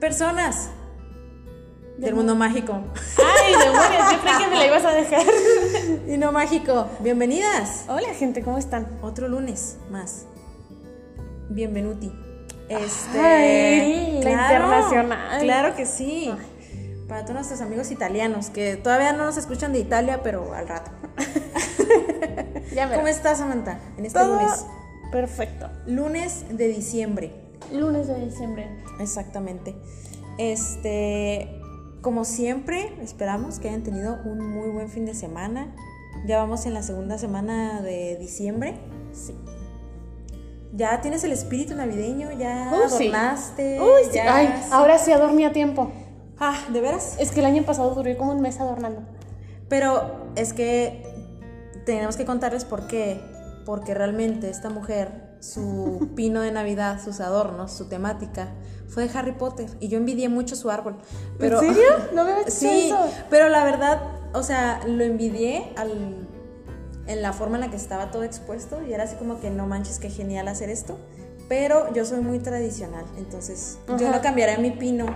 personas del mundo mágico Ay, demonios, yo creí que me la ibas a dejar. y no mágico. Bienvenidas. Hola, gente, ¿cómo están? Otro lunes más. Bienvenuti. Este, Ay, la internacional. Claro que sí. Para todos nuestros amigos italianos que todavía no nos escuchan de Italia, pero al rato. Ya me ¿Cómo estás, Samantha? En este Todo lunes. perfecto. Lunes de diciembre. Lunes de diciembre. Exactamente. Este, como siempre, esperamos que hayan tenido un muy buen fin de semana. Ya vamos en la segunda semana de diciembre. Sí. Ya tienes el espíritu navideño, ya Uh, sí. adornaste. Uy, sí. ya- Ay, ahora sí adorné a tiempo. Ah, de veras. Es que el año pasado duré como un mes adornando. Pero es que tenemos que contarles por qué. Porque realmente esta mujer, su pino de Navidad, sus adornos, su temática, fue de Harry Potter. Y yo envidié mucho su árbol. Pero, ¿En serio? No me habías dicho Sí, eso. pero la verdad, o sea, lo envidié al- en la forma en la que estaba todo expuesto y era así como que no manches, qué genial hacer esto. Pero yo soy muy tradicional, entonces yo Ajá. no cambiaré mi pino,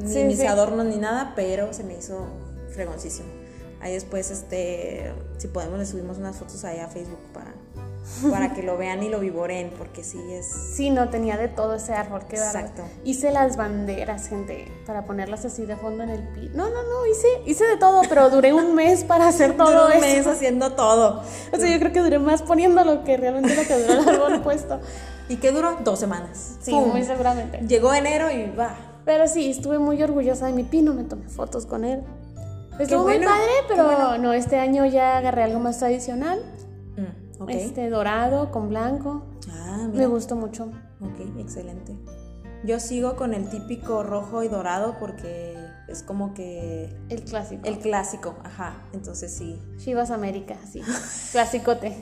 ni Sí, mis sí. adornos, ni nada, pero se me hizo fregoncísimo. Ahí después, este, si podemos, le subimos unas fotos ahí a Facebook para, para que lo vean y lo vivoren, porque sí es... Sí, no tenía de todo ese árbol que barba. Exacto. Hice las banderas, gente, para ponerlas así de fondo en el pi. No, no, no, hice, hice de todo, pero duré un mes para hacer todo Duró un eso. mes haciendo todo. O sea, yo creo que duré más poniéndolo que realmente lo que duró el árbol puesto. ¿Y qué duró? Dos semanas. Sí, ¡Pum! muy seguramente. Llegó enero y va, Pero sí, estuve muy orgullosa de mi pino, me tomé fotos con él. Estuvo bueno, muy padre, qué pero bueno. no, este año ya agarré algo más tradicional. Mm, ok. Este dorado con blanco. Ah, Me mira. gustó mucho. Ok, excelente. Yo sigo con el típico rojo y dorado porque es como que El clásico. el clásico, ajá. Entonces sí. Chivas América, sí. Clasicote.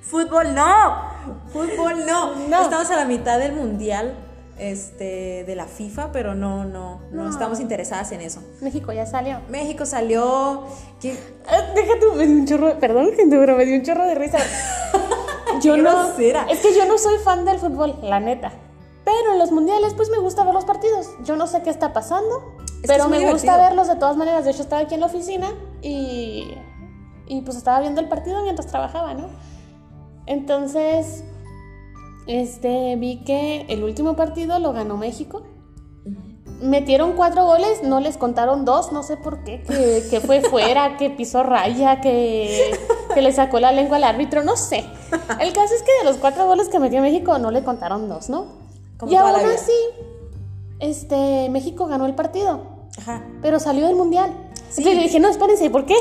Fútbol no. Fútbol no. No. Estamos a la mitad del mundial este de la FIFA, pero no no no, No. estamos interesadas en eso. México ya salió. México salió que Ah, Deja tu, me dio un chorro, perdón, gente, pero me dio un chorro de risa. Yo Qué no, grosera. es que yo no soy fan del fútbol, la neta. Pero en los mundiales, pues me gusta ver los partidos. Yo no sé qué está pasando, que pero es muy me gusta divertido. verlos de todas maneras. De hecho, estaba aquí en la oficina y, y pues estaba viendo el partido mientras trabajaba, ¿no? Entonces, este, vi que el último partido lo ganó México. mm, Metieron cuatro goles, no les contaron dos, no sé por qué, que, que fue fuera, que pisó raya, que, que le sacó la lengua al árbitro, no sé. El caso es que de los cuatro goles que metió México no le contaron dos, ¿no? Como y toda la aún vida. así, este, México ganó el partido, ajá. pero salió del Mundial. Sí. Entonces yo dije, no, espérense, ¿por qué?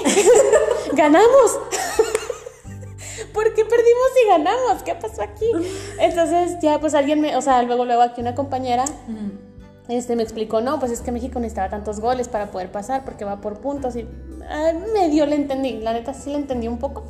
¡Ganamos! ¿Por qué perdimos y ganamos? ¿Qué pasó aquí? Entonces ya pues alguien me, o sea, luego luego aquí una compañera Mm. este, me explicó, no, pues es que México necesitaba tantos goles para poder pasar porque va por puntos y ah, medio le entendí, la neta sí le entendí un poco.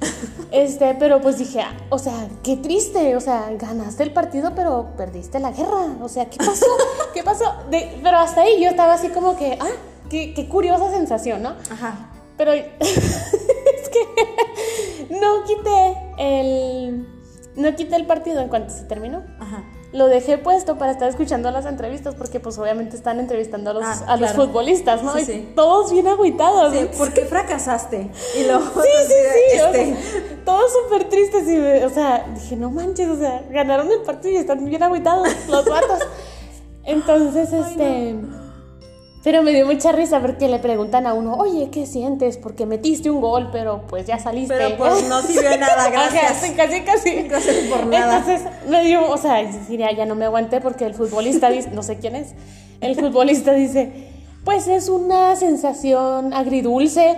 Este, pero pues dije, ah, o sea, qué triste, o sea, ganaste el partido pero perdiste la guerra, o sea, ¿qué pasó? ¿Qué pasó? De- pero hasta ahí yo estaba así como que, ah, qué, qué curiosa sensación, ¿no? Ajá. Pero es que no quité el, no quité el partido en cuanto se terminó. Ajá. Lo dejé puesto para estar escuchando las entrevistas porque pues obviamente están entrevistando a los, Ah, a los claro. futbolistas, ¿no? Sí, Y sí. todos bien agüitados. Sí, ¿no? ¿por qué fracasaste? Y luego Sí, sí, sí. o este, sea, todos súper tristes. Y, me- o sea, dije, no manches, o sea, ganaron el partido y están bien agüitados los vatos. Entonces, este. Pero me dio mucha risa porque le preguntan a uno, oye, ¿qué sientes? Porque metiste un gol, pero pues ya saliste. Pero pues no sirvió de nada, gracias. Ajá, sí, casi, casi. Gracias por nada. Entonces, me dio, o sea, diría, ya no me aguanté porque el futbolista dice, no sé quién es, el futbolista dice, pues es una sensación agridulce.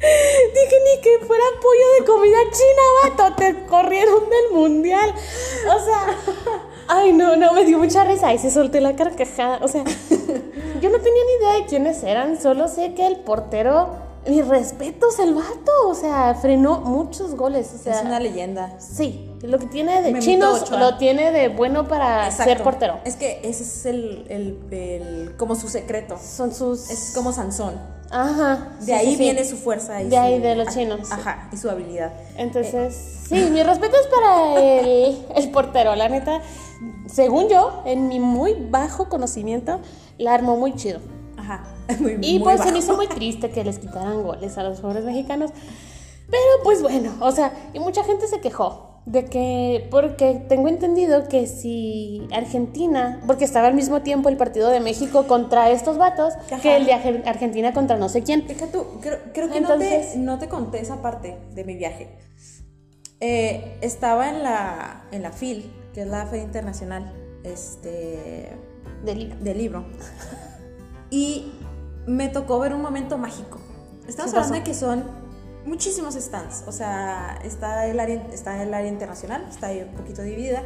Dije ni que fuera pollo de comida china, vato. Te corrieron del mundial. O sea, ay, no, no, me dio mucha risa. Y se solté la carcajada. O sea, yo no tenía ni idea de quiénes eran. Solo sé que el portero, mis respetos, el vato. O sea, frenó muchos goles. O sea, es una leyenda. sí, lo que tiene de Memito chinos Ochoa. lo tiene de bueno para ser Exacto. portero. Es que ese es el, el- el- como su secreto. Son sus. Es como Sansón. Ajá. De sí, ahí sí, sí. viene su fuerza. y De ahí, su- de los a- chinos. Ajá, y su habilidad. Entonces, sí, mis respetos para el, el portero. La neta, según yo, en mi muy bajo conocimiento, la armó muy chido. Ajá, muy, Y muy pues se bajo. me hizo muy triste que les quitaran goles a los pobres mexicanos. Pero pues bueno, o sea, y mucha gente se quejó de que, porque tengo entendido que si Argentina, porque estaba al mismo tiempo el partido de México contra estos vatos, Ajá. que el de Argen- Argentina contra no sé quién. Deja tú, creo, creo que Entonces- no, te, no te conté esa parte de mi viaje. Eh, estaba en la, en la FIL, que es la Feria Internacional este, Del libro. del Libro, y me tocó ver un momento mágico. Estamos ¿Qué pasó? hablando de que son muchísimos stands, o sea, está el área, está el área internacional, está ahí un poquito dividida,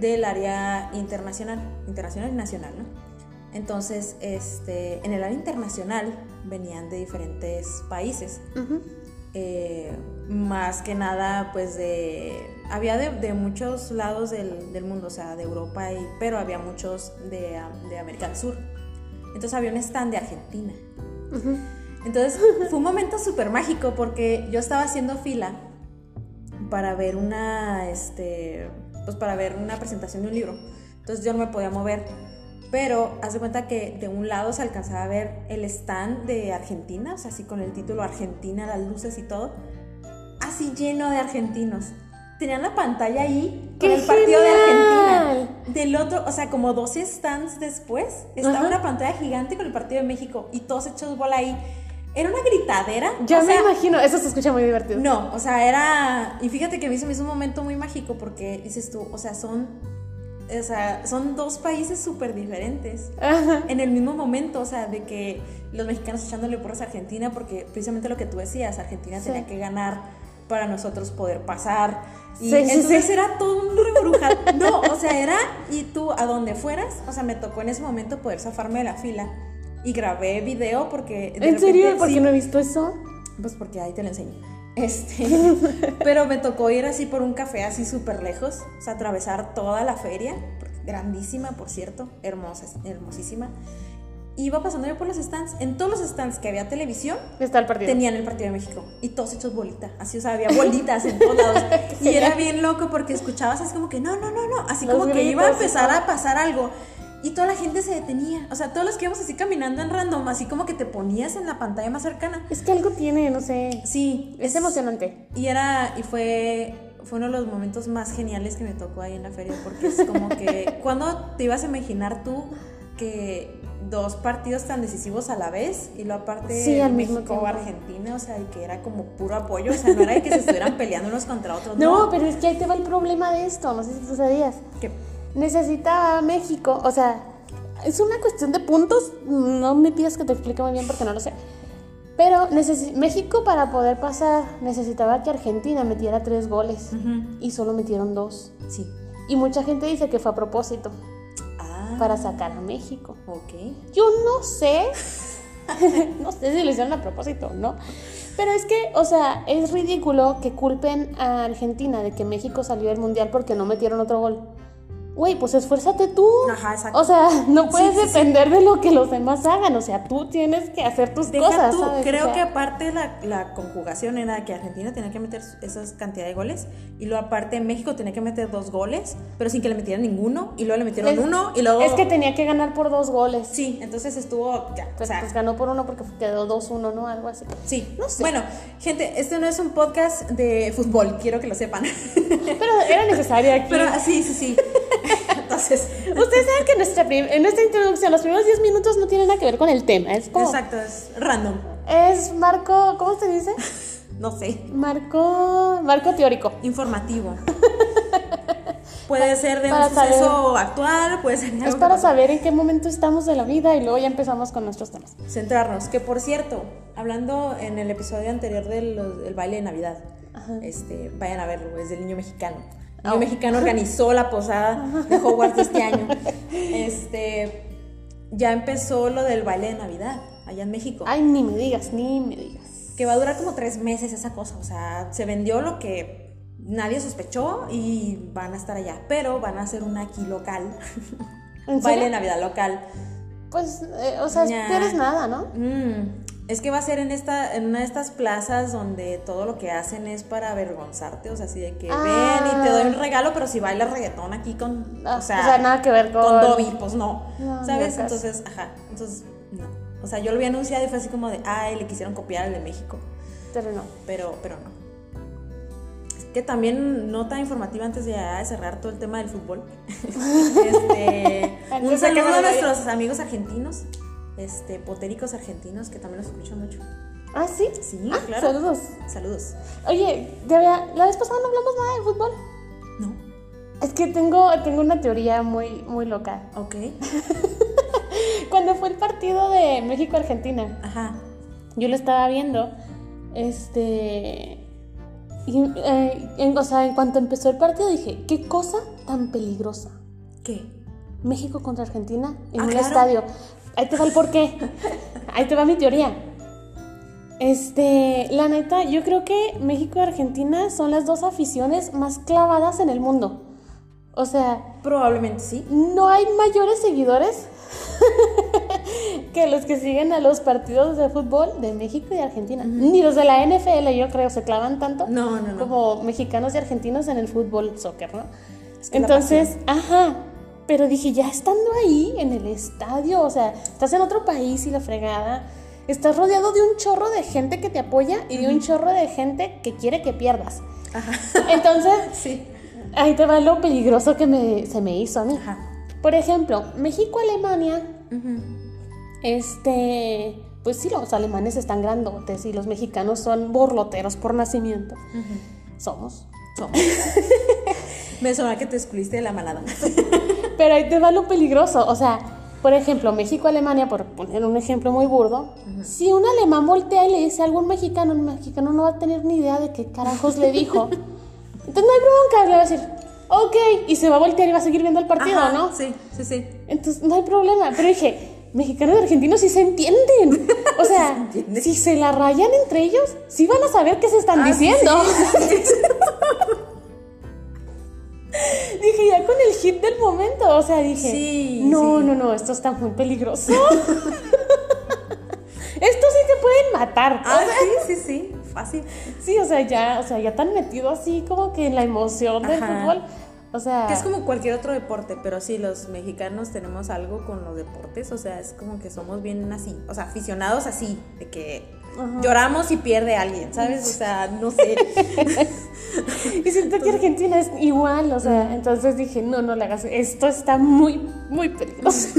del área internacional, internacional y nacional, ¿no? Entonces, este, en el área internacional venían de diferentes países, Ujú. eh, más que nada pues de había de, de muchos lados del, del mundo o sea de Europa y pero había muchos de, am- de América del Sur entonces había un stand de Argentina Ujú. entonces fue un momento súper mágico porque yo estaba haciendo fila para ver una, este, pues para ver una presentación de un libro. Entonces yo no me podía mover. Pero haz de cuenta que de un lado se alcanzaba a ver el stand de Argentina, o sea, así con el título Argentina, las luces y todo. Así lleno de argentinos. Tenían la pantalla ahí con ¡Qué el partido de genial! Argentina. Del otro, o sea, como 12 stands después, estaba Ajá. una pantalla gigante con el partido de México y todos hechos bola ahí. Era una gritadera. Ya o me sea, imagino, eso se escucha muy divertido. no, o sea, era. Y fíjate que a mí se me hizo un momento muy mágico porque dices tú, o sea, son. O sea, son dos países súper diferentes. Ajá. En el mismo momento, o sea, de que los mexicanos echándole porras a Argentina, porque precisamente lo que tú decías, Argentina Sí. tenía que ganar para nosotros poder pasar. Y Sí, sí, entonces sí. era todo un reburuja. No, o sea, era. Y tú, a donde fueras, o sea, me tocó en ese momento poder zafarme de la fila. Y grabé video porque. de ¿En serio? repente- ¿Por sí, qué no he visto eso? pues porque ahí te lo enseño. Este, pero me tocó ir así por un café así súper lejos, o sea, atravesar toda la feria, grandísima, por cierto, hermosa, hermosísima. Iba pasando yo por los stands, en todos los stands que había televisión, Está el partido. tenían el partido de México y todos hechos bolita, así, o sea, había bolitas en todos lados. y era bien loco porque escuchabas así como que no, no, no, no, así Los como que iba a gritos y empezar todo. a pasar algo. Y toda la gente se detenía, o sea, todos los que íbamos así caminando en random, así como que te ponías en la pantalla más cercana. Es que algo tiene, no sé. Sí, Es emocionante. Y era y fue fue uno de los momentos más geniales que me tocó ahí en la feria porque es como que cuando te ibas a imaginar tú que dos partidos tan decisivos a la vez y lo aparte Sí, al mismo México tiempo. Argentina, o sea, y que era como puro apoyo, o sea, no era de que se estuvieran peleando unos contra otros, No, pero es que ahí te va el problema de esto, no sé si tú sabías. Que- Necesitaba México, o sea, es una cuestión de puntos, no me pidas que te explique muy bien porque no lo sé. Pero necesi- México para poder pasar necesitaba que Argentina metiera tres goles Ujú, y solo metieron dos. Sí. Y mucha gente dice que fue a propósito Ah, para sacar a México. ok. Yo no sé. no sé si lo hicieron a propósito o no. Pero es que, o sea, es ridículo que culpen a Argentina de que México salió del mundial porque no metieron otro gol. Güey, pues esfuérzate tú. Ajá, exacto. O sea, no puedes sí, sí. depender de lo que los demás hagan. O sea, tú tienes que hacer tus Deja cosas. tú, ¿sabes? O creo sea, que aparte la, la conjugación era que Argentina tenía que meter esas cantidad de goles y luego aparte México tenía que meter dos goles, pero sin que le metieran ninguno y luego le metieron es- uno y luego Es que tenía que ganar por dos goles. sí, entonces estuvo ya, o Pues, sea, pues ganó por uno porque quedó 2-1, ¿no? Algo así. sí. no sé. Bueno, gente, este no es un podcast de fútbol, quiero que lo sepan. Pero era necesario aquí. pero sí, sí, sí. entonces, Ustedes saben que nuestra prim- en nuestra introducción los primeros 10 minutos no tienen nada que ver con el tema. Es como. exacto, es random, Es marco. ¿Cómo se dice? no sé, Marco. Marco teórico. informativo. Puede ser de para un suceso actual, puede ser de Es algo que para pasó. saber en qué momento estamos de la vida y luego ya empezamos con nuestros temas. centrarnos. Que por cierto, hablando en el episodio anterior del, del baile de Navidad, este, vayan a verlo, es del niño mexicano. El niño Oh. mexicano organizó la posada de Hogwarts de este año. Este, ya empezó lo del baile de Navidad allá en México. Ay, ni me digas, ni me digas. Que va a durar como tres meses esa cosa. O sea, se vendió lo que nadie sospechó y van a estar allá. Pero van a hacer una aquí local. ¿En Baile de serio? Navidad local. Pues, eh, o sea, Nah. tú eres nada, ¿no? Mm, Es que va a ser en esta, en una de estas plazas donde todo lo que hacen es para avergonzarte, o sea, así de que Ah. ven y te doy un regalo, pero si bailas reggaetón aquí con, Ah, o sea, nada que ver con. con Dobby, pues no, No, ni al ¿sabes? caso. Entonces, ajá, entonces, no. O sea, yo lo vi anunciado y fue así como de, ay, le quisieron copiar al de México, Pero no. pero, pero no. Es que también nota informativa antes de ya cerrar todo el tema del fútbol. este, Antes de un que saludo nos a vaya. nuestros amigos argentinos, este, potéricos argentinos, que también los escucho mucho. Ah, sí. Sí, Ah, claro. Saludos. Saludos. Oye, ya vea, la vez pasada no hablamos nada de fútbol. No. Es que tengo, tengo una teoría muy, muy loca. Ok. Cuando fue el partido de México-Argentina, Ajá. yo lo estaba viendo, este, y, eh, en, o sea, en cuanto empezó el partido dije, qué cosa tan peligrosa. ¿Qué? México contra Argentina en Ah, un claro. estadio. Ahí te va el porqué. Ahí te va mi teoría. Este, la neta, yo creo que México y Argentina son las dos aficiones más clavadas en el mundo. O sea, Probablemente sí. no hay mayores seguidores que los que siguen a los partidos de fútbol de México y Argentina. Ni los de la NFL, yo creo, se clavan tanto No, no, no. como mexicanos y argentinos en el fútbol, soccer, ¿no? Es que la Entonces, ajá. Pero dije, ya estando ahí en el estadio, o sea, estás en otro país y la fregada, estás rodeado de un chorro de gente que te apoya y de un chorro de gente que quiere que pierdas. Ajá. Entonces, Sí. Ahí te va lo peligroso que me- se me hizo a mí. Ajá. Por ejemplo, México-Alemania, Ujú. este, pues sí, los alemanes están grandotes y los mexicanos son borloteros por nacimiento. Ujú. Somos. No. Me suena que te excluiste de la manada. Pero ahí te va lo peligroso. O sea, por ejemplo, México-Alemania, por poner un ejemplo muy burdo, si un alemán voltea y le dice a algún mexicano, el mexicano no va a tener ni idea de qué carajos le dijo. Entonces no hay bronca, le va a decir, ok, y se va a voltear y va a seguir viendo el partido, Ajá, ¿no? Sí, sí, sí. Entonces no hay problema. Pero dije, mexicanos y argentinos sí se entienden. O sea, entienden. si se la rayan entre ellos, sí van a saber qué se están Ah, diciendo. dije, ya con el hit del momento. O sea, dije, Sí, no, sí. no, no, esto está muy peligroso. Esto sí te pueden matar. Ah, sí, sí, sí. Fácil. Sí, o sea, ya, o sea, ya tan metido así como que en la emoción del Ajá. fútbol. O sea, Que es como cualquier otro deporte, pero sí, los mexicanos tenemos algo con los deportes. O sea, es como que somos bien así. O sea, aficionados así. De que Ajá. lloramos y pierde alguien, ¿sabes? O sea, no sé. Y siento que Argentina es igual, o sea, entonces dije, no, no le hagas, esto está muy, muy peligroso.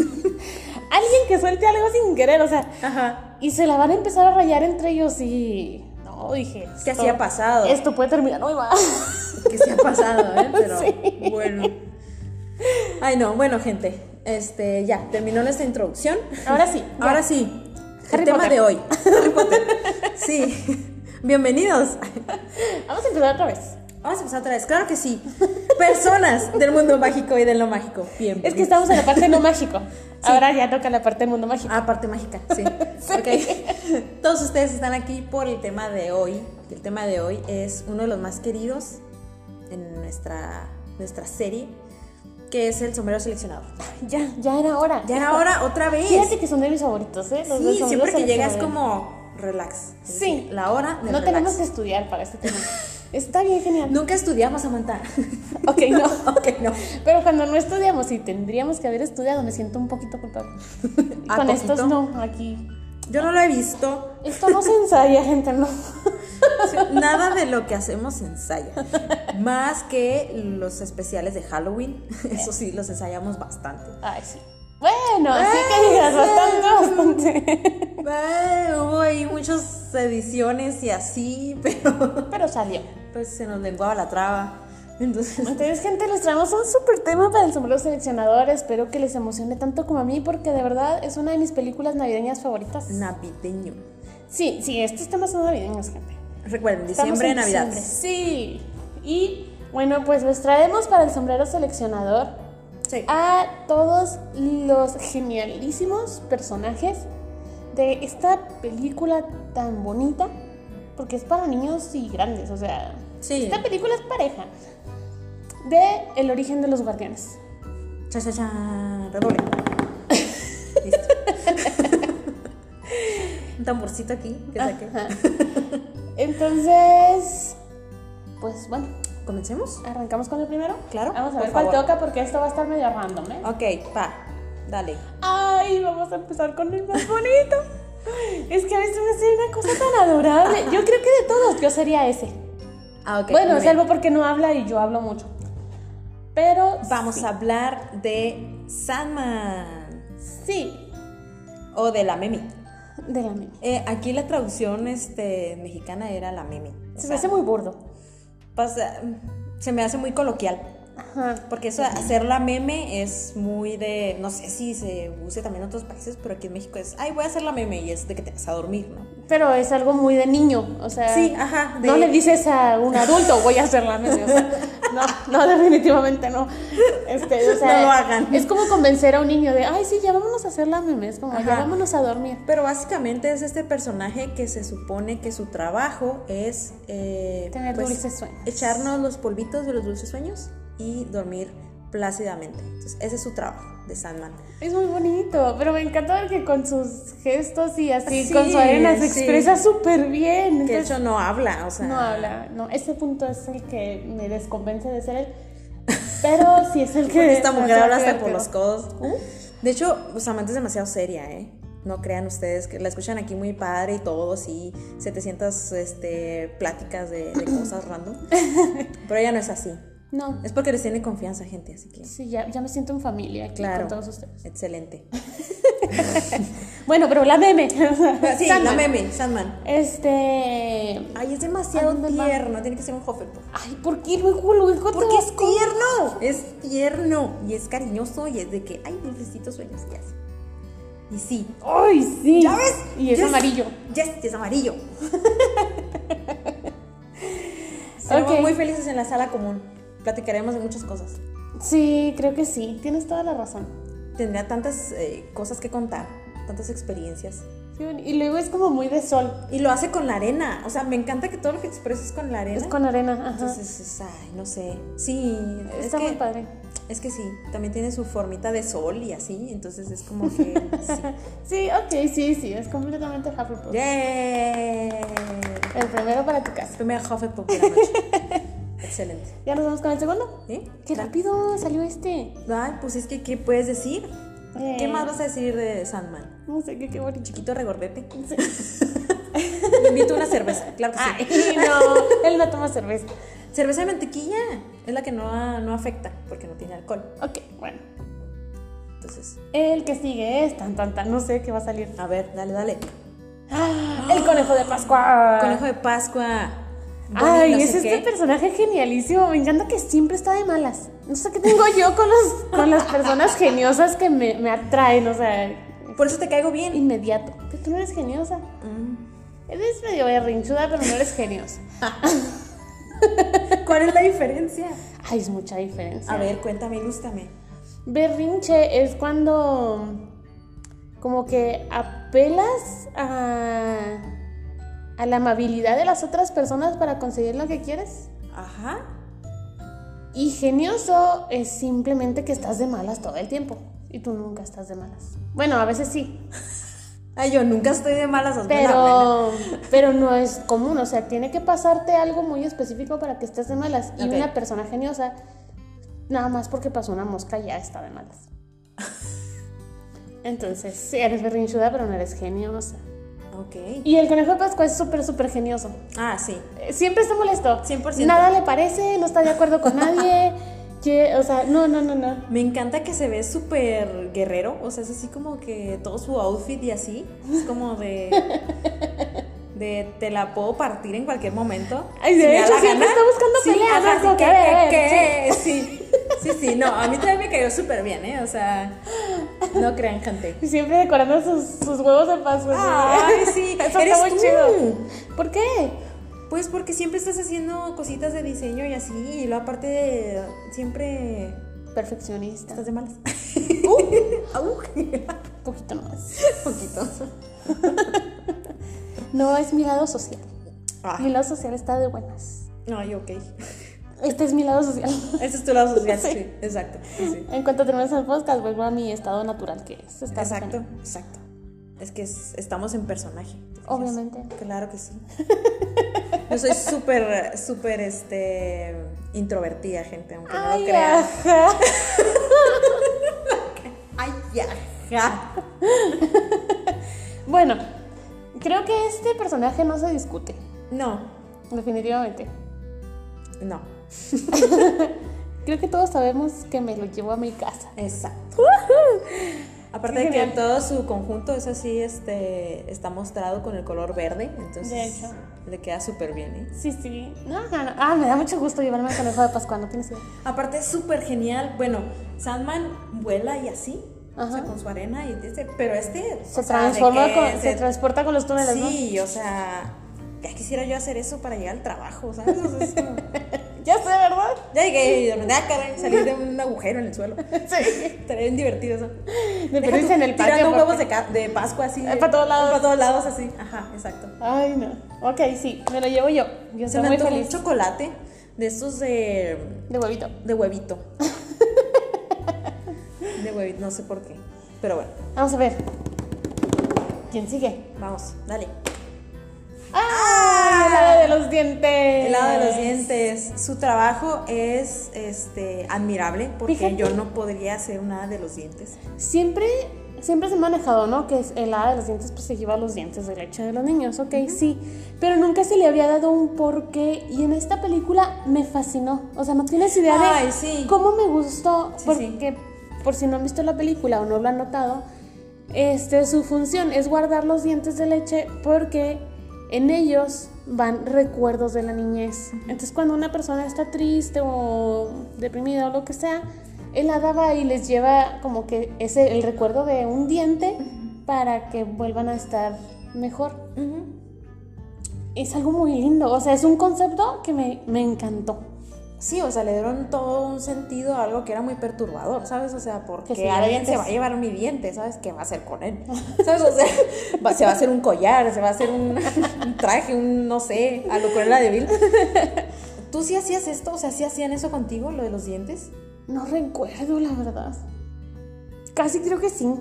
Alguien que suelte algo sin querer, o sea, Ajá. y se la van a empezar a rayar entre ellos y... No, dije... Que esto- así ha pasado. Esto puede terminar, no, iba. que se ha pasado, ¿eh? Pero Sí. bueno. Ay, no, bueno, gente. Este, ya, terminó nuestra introducción. Ahora sí, ya. Ahora sí. Harry el tema Potter. de hoy. Harry Potter. Sí. Bienvenidos. Vamos a empezar otra vez. Vamos a empezar otra vez. Claro que sí. Personas del mundo mágico y de lo mágico. Bien. Es que estamos en la parte no mágico. Ahora ya toca la parte del mundo mágico. Ah, parte mágica, sí. Sí. Ok. Todos ustedes están aquí por el tema de hoy. El tema de hoy es uno de los más queridos en nuestra, nuestra serie, que es el sombrero seleccionador. Ya, ya era hora. Ah, Ya era hora otra vez. Fíjate que son de mis favoritos, ¿eh? Los del Sí, sonido siempre que llegas seleccionador. como relax. Es Sí. decir, La hora del No relax. tenemos que estudiar para este tema. Está bien, genial. Nunca estudiamos, Samantha. Ok, no. ok, no. Pero cuando no estudiamos y tendríamos que haber estudiado, me siento un poquito culpable. Y ¿A Con poquito? estos no, aquí. Yo no lo he visto. Esto no se ensaya, gente, no. Nada de lo que hacemos se ensaya. Más que los especiales de Halloween. Eso sí, los ensayamos bastante. Ay, sí. Bueno, sí Ay, que digas sí. bastante, bastante. Eh, hubo ahí muchas ediciones y así, pero Pero salió. pues se nos lenguaba la traba. Entonces, Entonces, gente, les traemos un súper tema para el sombrero seleccionador. Espero que les emocione tanto como a mí, porque de verdad es una de mis películas navideñas favoritas. navideño. Sí, sí, estos temas son navideños, gente. Recuerden, Estamos diciembre, en navidad. diciembre, Sí. Y bueno, pues les traemos para el sombrero seleccionador Sí. a todos los genialísimos personajes de esta película tan bonita, porque es para niños y grandes, o sea, Sí. esta película es pareja de El origen de los guardianes. Cha, cha, cha. Redoble. Listo. un tamborcito aquí que saqué. Ajá. Entonces, pues bueno, ¿Comencemos? arrancamos con el primero. Claro, Vamos a por ver cuál favor. toca porque esto va a estar medio random, ¿eh? Ok, pa, dale. Ay, vamos a empezar con el más bonito. es que a veces me hace una cosa tan adorable. Yo creo que de todos yo sería ese. Ah, ok. bueno, muy bien. salvo porque no habla y yo hablo mucho. Pero Vamos sí. a hablar de Sandman Sí, o de la Memi. de la mía. Eh, aquí la traducción este, mexicana era la Memi. O Se me sea, hace muy burdo. pasa- se me hace muy coloquial. Ajá. Porque eso de hacer la meme es muy de, no sé si se use también en otros países, pero aquí en México es, ay, voy a hacer la meme y es de que te vas a dormir, ¿no? Pero es algo muy de niño, o sea. Sí, ajá, de- Ah, No le dices a un adulto, voy a hacer la media. o sea, no, no, definitivamente no. Este, o sea, No lo hagan. Es como convencer a un niño de, ay, sí, ya vámonos a hacer la meme. Es como, ya Ajá. vámonos a dormir. Pero básicamente es este personaje que se supone que su trabajo es... eh, Tener dulces sueños. Echarnos los polvitos de los dulces sueños y dormir plácidamente. Entonces, ese es su trabajo de Sandman. Es muy bonito, pero me encanta ver que con sus gestos y así, Sí, con su arena, se sí. expresa súper bien. Que de Entonces, hecho no habla, o sea... no habla, no, ese punto es el que me desconvence de ser él. Pero sí es el que. Porque esta mujer se habla hace hasta ver por que- los codos. Uh. De hecho, Samantha es demasiado seria, ¿eh? No crean ustedes que la escuchan aquí muy padre y todo, sí, 700 este, pláticas de, de cosas random. Pero ella no es así. No, Es porque les tiene confianza, gente, así que. sí, ya, ya me siento en familia aquí Claro. con todos ustedes. Excelente. Bueno, pero la meme. Sí, la Sandman. meme, Sandman. Este. Ay, es demasiado ¿A dónde va? tierno. Tiene que ser un Hufflepuff. Ay, ¿por qué luego lo encuentro? Porque es tierno. Es tierno. Y es cariñoso. Y es de que, ay, dulcecitos sueños. Y así. Y sí, Ay, sí. ¿Ya ves? Y es Yes. amarillo. Yes, y es amarillo. Seremos Ok. muy felices en la sala común. Platicaremos de muchas cosas. Sí, creo que sí. Tienes toda la razón. Tendrá tantas eh, cosas que contar, tantas experiencias. Sí, Y luego es como muy de sol. Y lo hace con la arena. O sea, me encanta que todo lo que expresas es con la arena. Es con arena. Ajá. Entonces, es- ay, no sé. Sí, es Está que, muy padre. Es que sí, también tiene su formita de sol y así. Entonces es como que. sí. Sí, ok, sí, sí. Es completamente Hufflepuff. ¡Yay! El primero para tu casa. Primer Hufflepuff de la noche. Excelente. Ya nos vamos con el segundo. ¿Sí? Qué rápido salió este. Ay, pues es que, ¿qué puedes decir? ¿Qué Eh, más vas a decir de Sandman? No sé, qué, qué bonito. Chiquito regordete. Me invito a una cerveza, claro que Ay, sí. no. Él no toma cerveza. Cerveza de mantequilla es la que no, no afecta porque no tiene alcohol. Ok, bueno. Entonces, El que sigue es tan tan tan, no sé qué va a salir. a ver, dale, dale. ¡Ah! el conejo de Pascua. Conejo de Pascua. Ah. Ay, Bonnie, no es sé este qué. personaje genialísimo. Me encanta que siempre está de malas. No sé qué tengo yo con, los, con las personas geniosas que me, me atraen, o sea, Por eso te caigo bien. inmediato. Pero tú no eres geniosa. Mm. Eres medio berrinchuda, pero no eres geniosa. ¿Cuál es la diferencia? Ay, es mucha diferencia. A ver, cuéntame, ilústrame. Berrinche es cuando como que apelas a, a la amabilidad de las otras personas para conseguir lo que quieres. Ajá. Y genioso es simplemente que estás de malas todo el tiempo. Y tú nunca estás de malas. Bueno, a veces sí, Ay, yo nunca estoy de malas. hazme la buena. pero, pero no es común. O sea, tiene que pasarte algo muy específico para que estés de malas. Y Ok. una persona geniosa, nada más porque pasó una mosca, ya está de malas. Entonces, sí, eres berrinchuda, pero no eres geniosa. Ok. Y el conejo de Pascua es súper, súper genioso. Ah, sí. Eh, Siempre está molesto. 100%. Nada le parece, no está de acuerdo con nadie. que- o sea, no, no, no, no. Me encanta que se ve súper guerrero, o sea, es así como que todo su outfit y así, es como de... De te la puedo partir en cualquier momento. Ay, de si me da hecho, la siempre gana. está buscando sí, peleas, ajá, ¿no? Como sí, que, que- a ver, que- que- sí. sí, sí, no, a mí también me cayó súper bien, ¿eh? O sea, no crean, gente. Siempre decorando sus, sus huevos de Pascua. sí. Ah, Ay, sí, Pues, Eso eres está muy tú. chido. ¿Por qué? Pues porque siempre estás haciendo cositas de diseño y así, y luego aparte de- siempre Perfeccionista. estás Un de malas. Uh, Au. poquito más. poquito. No, es mi lado social. Mi Ay, lado social está de buenas. ay, Ah. ok. Este es mi lado social. Ese es tu lado social, sí, Sí. exacto. sí, sí. En cuanto termines el podcast, vuelvo a mi estado natural que es. estar de Exacto, buenas. exacto. Es que es- estamos en personaje. ¿te fijas? Obviamente. Claro que sí. Yo soy súper, súper, este, introvertida, gente, aunque no Ay, lo crean. ajá. Ay, ajá. Bueno, creo que este personaje no se discute, No, definitivamente. no, Creo que todos sabemos que me lo llevo a mi casa. exacto. Aparte Qué de que genial. todo su conjunto es así, este, está mostrado con el color verde, entonces De hecho. le queda súper bien, ¿eh? Sí, sí. No, no, no. Ah, me da mucho gusto llevarme al conejo de Pascua, no tienes idea. Aparte es súper genial. Bueno, Sandman vuela y así, o sea, Ajá. con su arena y dice, pero este Se o sea, de transforma, que con- se, se- transporta con los túneles, Sí, o sea, ya quisiera yo hacer eso para llegar al trabajo, ¿sabes? O sea, es como- ¿no? Ya sé, ¿verdad? ya llegué y de verdad, caray, salir de un agujero en el suelo. Sí. Estaría bien divertido eso. De Deja perderse tú en el patio. Tirando porque- huevos de, ca- de Pascua así. Eh, pa' todos lados. Para todos lados así. Ajá, exacto. Ay, no. Ok, sí, me lo llevo yo. Yo Se estoy me muy antojó un feliz. chocolate de estos de, De huevito. de huevito. de huevito, no sé por qué. Pero bueno, Vamos a ver. ¿Quién sigue? vamos, dale. ¡Ah! Helado de los dientes. El lado de los dientes. Su trabajo es este admirable porque Fíjate. yo no podría hacer nada de los dientes. Siempre, siempre se ha manejado, ¿no? Que es el hada de los dientes, pues se lleva los dientes de leche de los niños, ok, sí. Pero nunca se le había dado un porqué. Y en esta película me fascinó. O sea, no tienes idea de Ay, sí. cómo me gustó. Sí, porque, por si no han visto la película o no lo han notado, este, su función es guardar los dientes de leche porque en ellos van recuerdos de la niñez. Entonces, cuando una persona está triste o deprimida o lo que sea, el hada va y les lleva como que ese el recuerdo de un diente para que vuelvan a estar mejor. Es algo muy lindo, o sea, es un concepto que me, me encantó. Sí, o sea, le dieron todo un sentido a algo que era muy perturbador, ¿sabes? O sea, porque Que si alguien dientes. se va a llevar mi diente, ¿sabes? ¿Qué va a hacer con él? ¿Sabes? O sea, va- se va a hacer un collar, se va a hacer un, un traje, un no sé, a lo cruel de Vil. ¿Tú sí hacías esto? O sea, ¿sí hacían eso contigo, lo de los dientes? No recuerdo, la verdad. Casi creo que sí.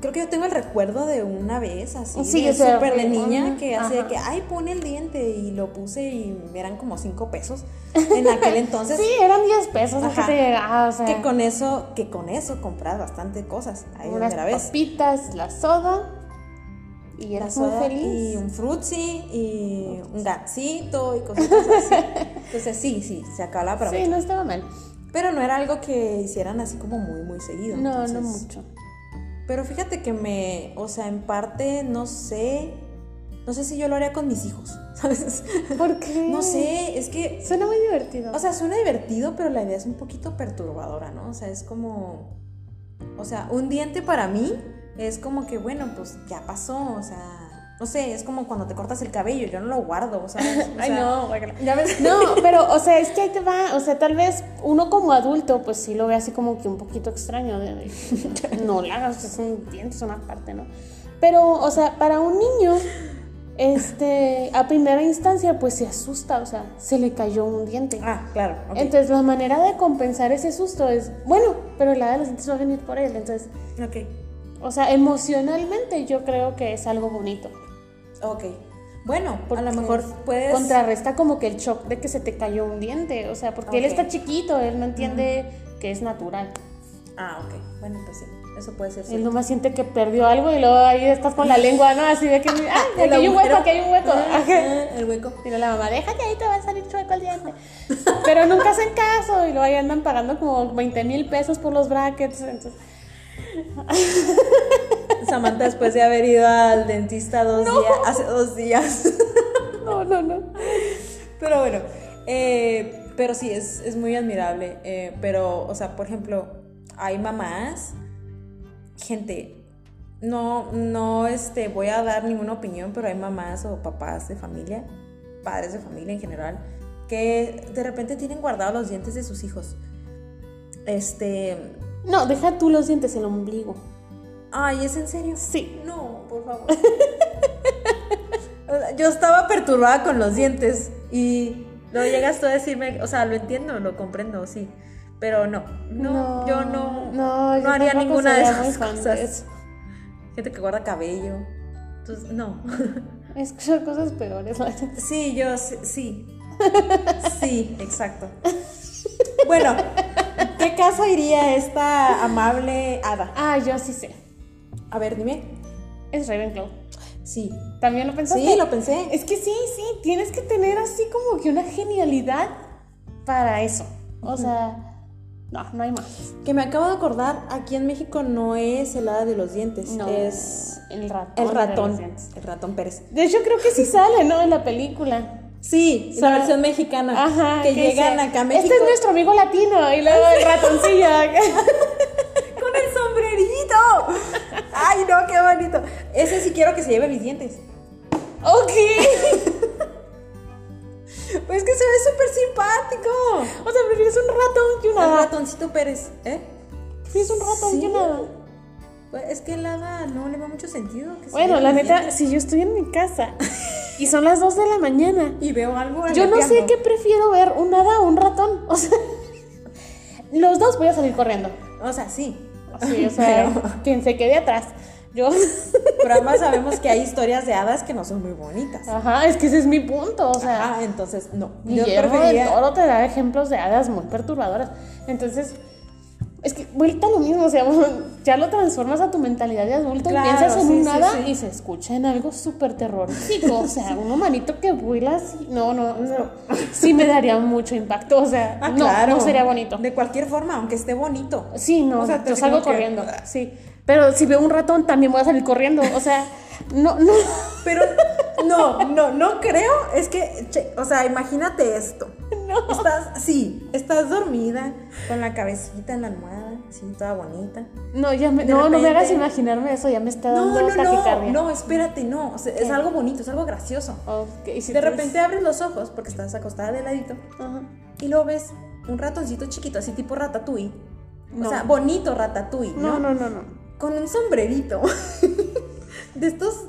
Creo que yo tengo el recuerdo de una vez así, Sí, de o sea, súper de ajá, niña, que así de ajá. que, ay, pone el diente y lo puse y eran como cinco pesos en aquel entonces. sí, eran 10 pesos, ajá. Ajá. que te llegaba, o sea, Que con eso, que con eso compras bastante cosas. Ahí es unas donde la ves. papitas, la soda, y La eras soda muy pues feliz. Y un frutzi y un gatsito y cositas así. Entonces sí, sí, se acaba la Sí, promesa. no estaba mal. Pero no era algo que hicieran así como muy, muy seguido. No, no entonces- mucho. Pero fíjate que me, o sea, en parte, no sé, no sé si yo lo haría con mis hijos, ¿sabes? ¿Por qué? No sé, es que, Suena muy divertido. o sea, suena divertido, pero la idea es un poquito perturbadora, ¿no? O sea, es como, o sea, un diente para mí es como que, bueno, pues ya pasó, o sea, no sé, es como cuando te cortas el cabello, yo no lo guardo, ¿sabes? O sea, guácala. Ya ves, No, pero, o sea, es que ahí te va, o sea, tal vez uno como adulto, pues sí lo ve así como que un poquito extraño, de, de- no la hagas, es un diente, es una parte, ¿no? Pero, o sea, para un niño, este, a primera instancia, pues se asusta, o sea, se le cayó un diente. Ah, claro, ok. Entonces, la manera de compensar ese susto es, bueno, pero la de los dientes va a venir por él, entonces, ok. o sea, emocionalmente yo creo que es algo bonito. Ok. Bueno, Porque a lo mejor puedes. Contrarresta como que el shock de que se te cayó un diente, o sea, porque él Ok. está chiquito, él no entiende que es natural. Ah, ok. Bueno, pues sí. Ah, Eso puede ser. Él cierto. nomás siente que perdió algo y luego ahí estás con la lengua, ¿no? Así de que, ah, El aquí hay un hueco, agujero. aquí hay un hueco. Ah, Ajá. ah, el hueco. Dile a la mamá, déjate ahí, te va a salir chueco el diente. Pero nunca hacen caso y luego ahí andan pagando como 20 mil pesos por los brackets. Entonces, Samantha, después de haber ido al dentista dos días, hace dos días. no, no, no. Pero bueno. eh, pero sí, es, es muy admirable. eh, pero, o sea, por ejemplo, hay mamás. Gente. No, no este, voy a dar ninguna opinión, pero hay mamás o papás de familia, padres de familia en general, que de repente tienen guardados los dientes de sus hijos. Este. No, deja tú los dientes, el ombligo. Ay, ¿es en serio? Sí. No, por favor. O sea, Yo estaba perturbada con los dientes y no llegas tú a decirme, o sea, lo entiendo, lo comprendo, sí. Pero no, no, yo no, no, yo haría tampoco ninguna de sería muy esas fan de cosas. eso. gente que guarda cabello. Entonces, no. He escuchado cosas peores, la neta. Sí, yo sí. Sí, Sí, exacto. Bueno, ¿qué casa iría esta amable hada? Ah, yo sí sé. A ver, dime. Es Ravenclaw. Sí. ¿También lo pensaste? Sí, lo pensé. Es que sí, sí, tienes que tener así como que una genialidad para eso. O sea, no, no hay más. Que me acabo de acordar, aquí en México no es el hada de los dientes, No, es el ratón. el de ratón. los dientes. El ratón Pérez. De hecho, creo que sí sale, ¿no? En la película. Sí, O la sea, versión mexicana. Ajá. Que, llegan dice, acá a México. Este es nuestro amigo latino. Y luego el ratoncillo. ¡Con el sombrerito! ¡Ay, no, qué bonito! Ese sí quiero que se lleve mis dientes. ok. Pues que se ve súper simpático. O sea, prefieres un ratón que una El hada. ratoncito Pérez, ¿eh? Prefieres Ah. un ratón Sí. que una hada. Pues es que el hada no le va mucho sentido. que se Bueno, lleve la mis neta, dientes. si yo estoy en mi casa y son las 2 de la mañana, Y veo algo. yo no sé aleteando. qué prefiero ver, un hada o un ratón. O sea, los dos voy a salir corriendo. O sea, sí. Sí, o sea, Pero- quien se quede atrás. Yo, Pero además sabemos que hay historias de hadas que no son muy bonitas. ajá, es que ese es mi punto, o sea, Ah, entonces no. Yo Guillermo del preferiría. Toro te da ejemplos de hadas muy perturbadoras. Entonces, es que vuelta a lo mismo, o sea, ya lo transformas a tu mentalidad de adulto Claro, y piensas en sí, un sí, hada sí. y se escucha en algo súper terrorífico, o sea, un humanito que vuela así, no, no, no, sí me daría mucho impacto, o sea, Ah, no, claro. no sería bonito. De cualquier forma, aunque esté bonito. Sí, no, O sea, te yo digo salgo que- Ah. corriendo, sí. Pero si veo un ratón también voy a salir corriendo, o sea, no, no. Pero no, no, no creo. Es que, che, o sea, imagínate esto. Estás, sí, estás dormida con la cabecita en la almohada, sí, toda bonita. No, ya me, De no, no me repente- hagas imaginarme eso, ya me está No, dando no, no, taquicardia. no, espérate, no. o sea, es ¿Qué? pues. algo bonito, es algo gracioso. Ok, y si De tú- repente abres los ojos porque estás acostada de ladito Ajá. y luego ves un ratoncito chiquito, así tipo ratatouille. O No. sea, bonito ratatouille, No, ¿no? no, no, no. Con un sombrerito. de estos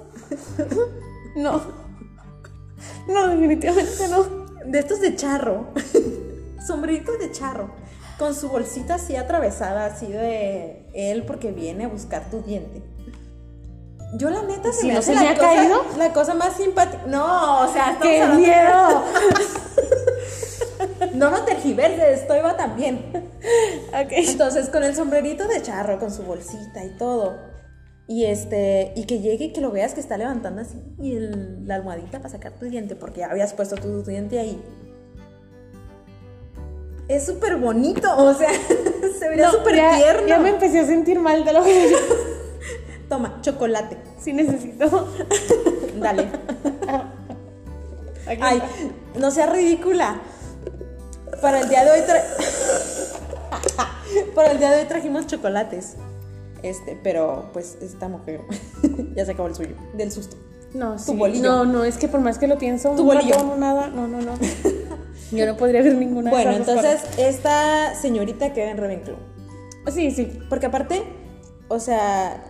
No. No, definitivamente no. de estos de charro. sombreritos de charro. Con su bolsita así atravesada, así de él porque viene a buscar tu diente. Yo la neta Si no se la me ha cosa- caído. la cosa más simpática. No, o sea, estamos ¡Qué hablando de- miedo! No, no tergiverses, esto iba también. Ok. Entonces, con el sombrerito de charro, con su bolsita y todo. Y este, y que llegue y que lo veas que está levantando así y el- la almohadita para sacar tu diente, porque ya habías puesto tu, tu diente ahí. Es súper bonito, o sea, se vería No, súper ya- tierno. Ya me empecé a sentir mal de lo que yo Toma, chocolate. sí necesito. Dale. Aquí Ay, no seas ridícula. Para el día de hoy tra- Para el día de hoy trajimos chocolates. Este, pero pues esta mujer ya se acabó el suyo, del susto. No, sí. bolillo. No, no, es que por más que lo pienso, Tu un bolillo. ratón, nada, no, no, no. Yo no podría ver ninguna de Bueno, esas dos entonces esta señorita queda en Ravenclaw. cosas. Sí, sí. Porque aparte, o sea,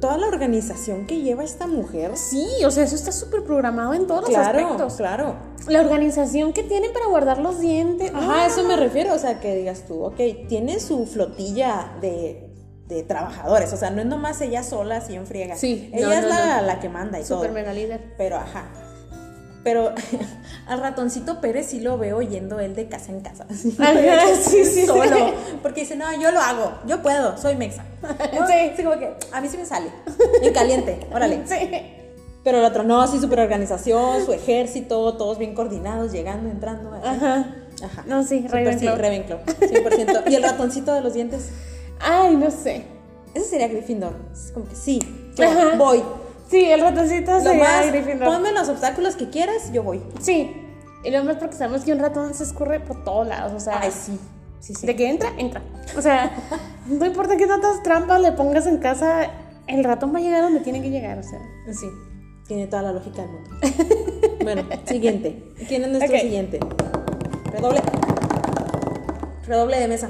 toda la organización que lleva esta mujer. Sí, o sea, eso está súper programado en todos los Claro, aspectos. claro. La organización que tienen para guardar los dientes. Ajá, a eso me refiero, o sea, que digas tú, ok, tiene su flotilla de, de trabajadores, o sea, no es nomás ella sola así en friega. Sí, ella no, es no, la, la que manda y Super todo. mega líder. Pero ajá. Pero al ratoncito Pérez sí lo veo yendo él de casa en casa. así, Ajá, sí, sí, Solo. sí. Porque dice, no, yo lo hago, yo puedo, soy mexa. ¿No? Sí. Así como que a mí sí me sale. En caliente, órale. Sí. Pero el otro, no, sí, super organización, su ejército, todos bien coordinados, llegando, entrando. así. Ajá. Ajá. No, sí, Súper Ravenclaw. Sí, Ravenclaw, 100%. y el ratoncito de los dientes, Ay, no sé. ese sería Gryffindor. Es como que sí, yo Ajá. voy. Sí, el ratoncito Lo sería más, Gryffindor. ponme los obstáculos que quieras, yo voy. Sí. Y lo más porque sabemos que un ratón se escurre por todos lados, o sea, Ay, sí, sí, sí. de que entra, entra. O sea, no importa qué tantas trampas le pongas en casa, el ratón va a llegar donde tiene que llegar, o sea. Sí, tiene toda la lógica del mundo. bueno, siguiente. ¿Quién es nuestro Ok. siguiente? Redoble. Redoble de mesa.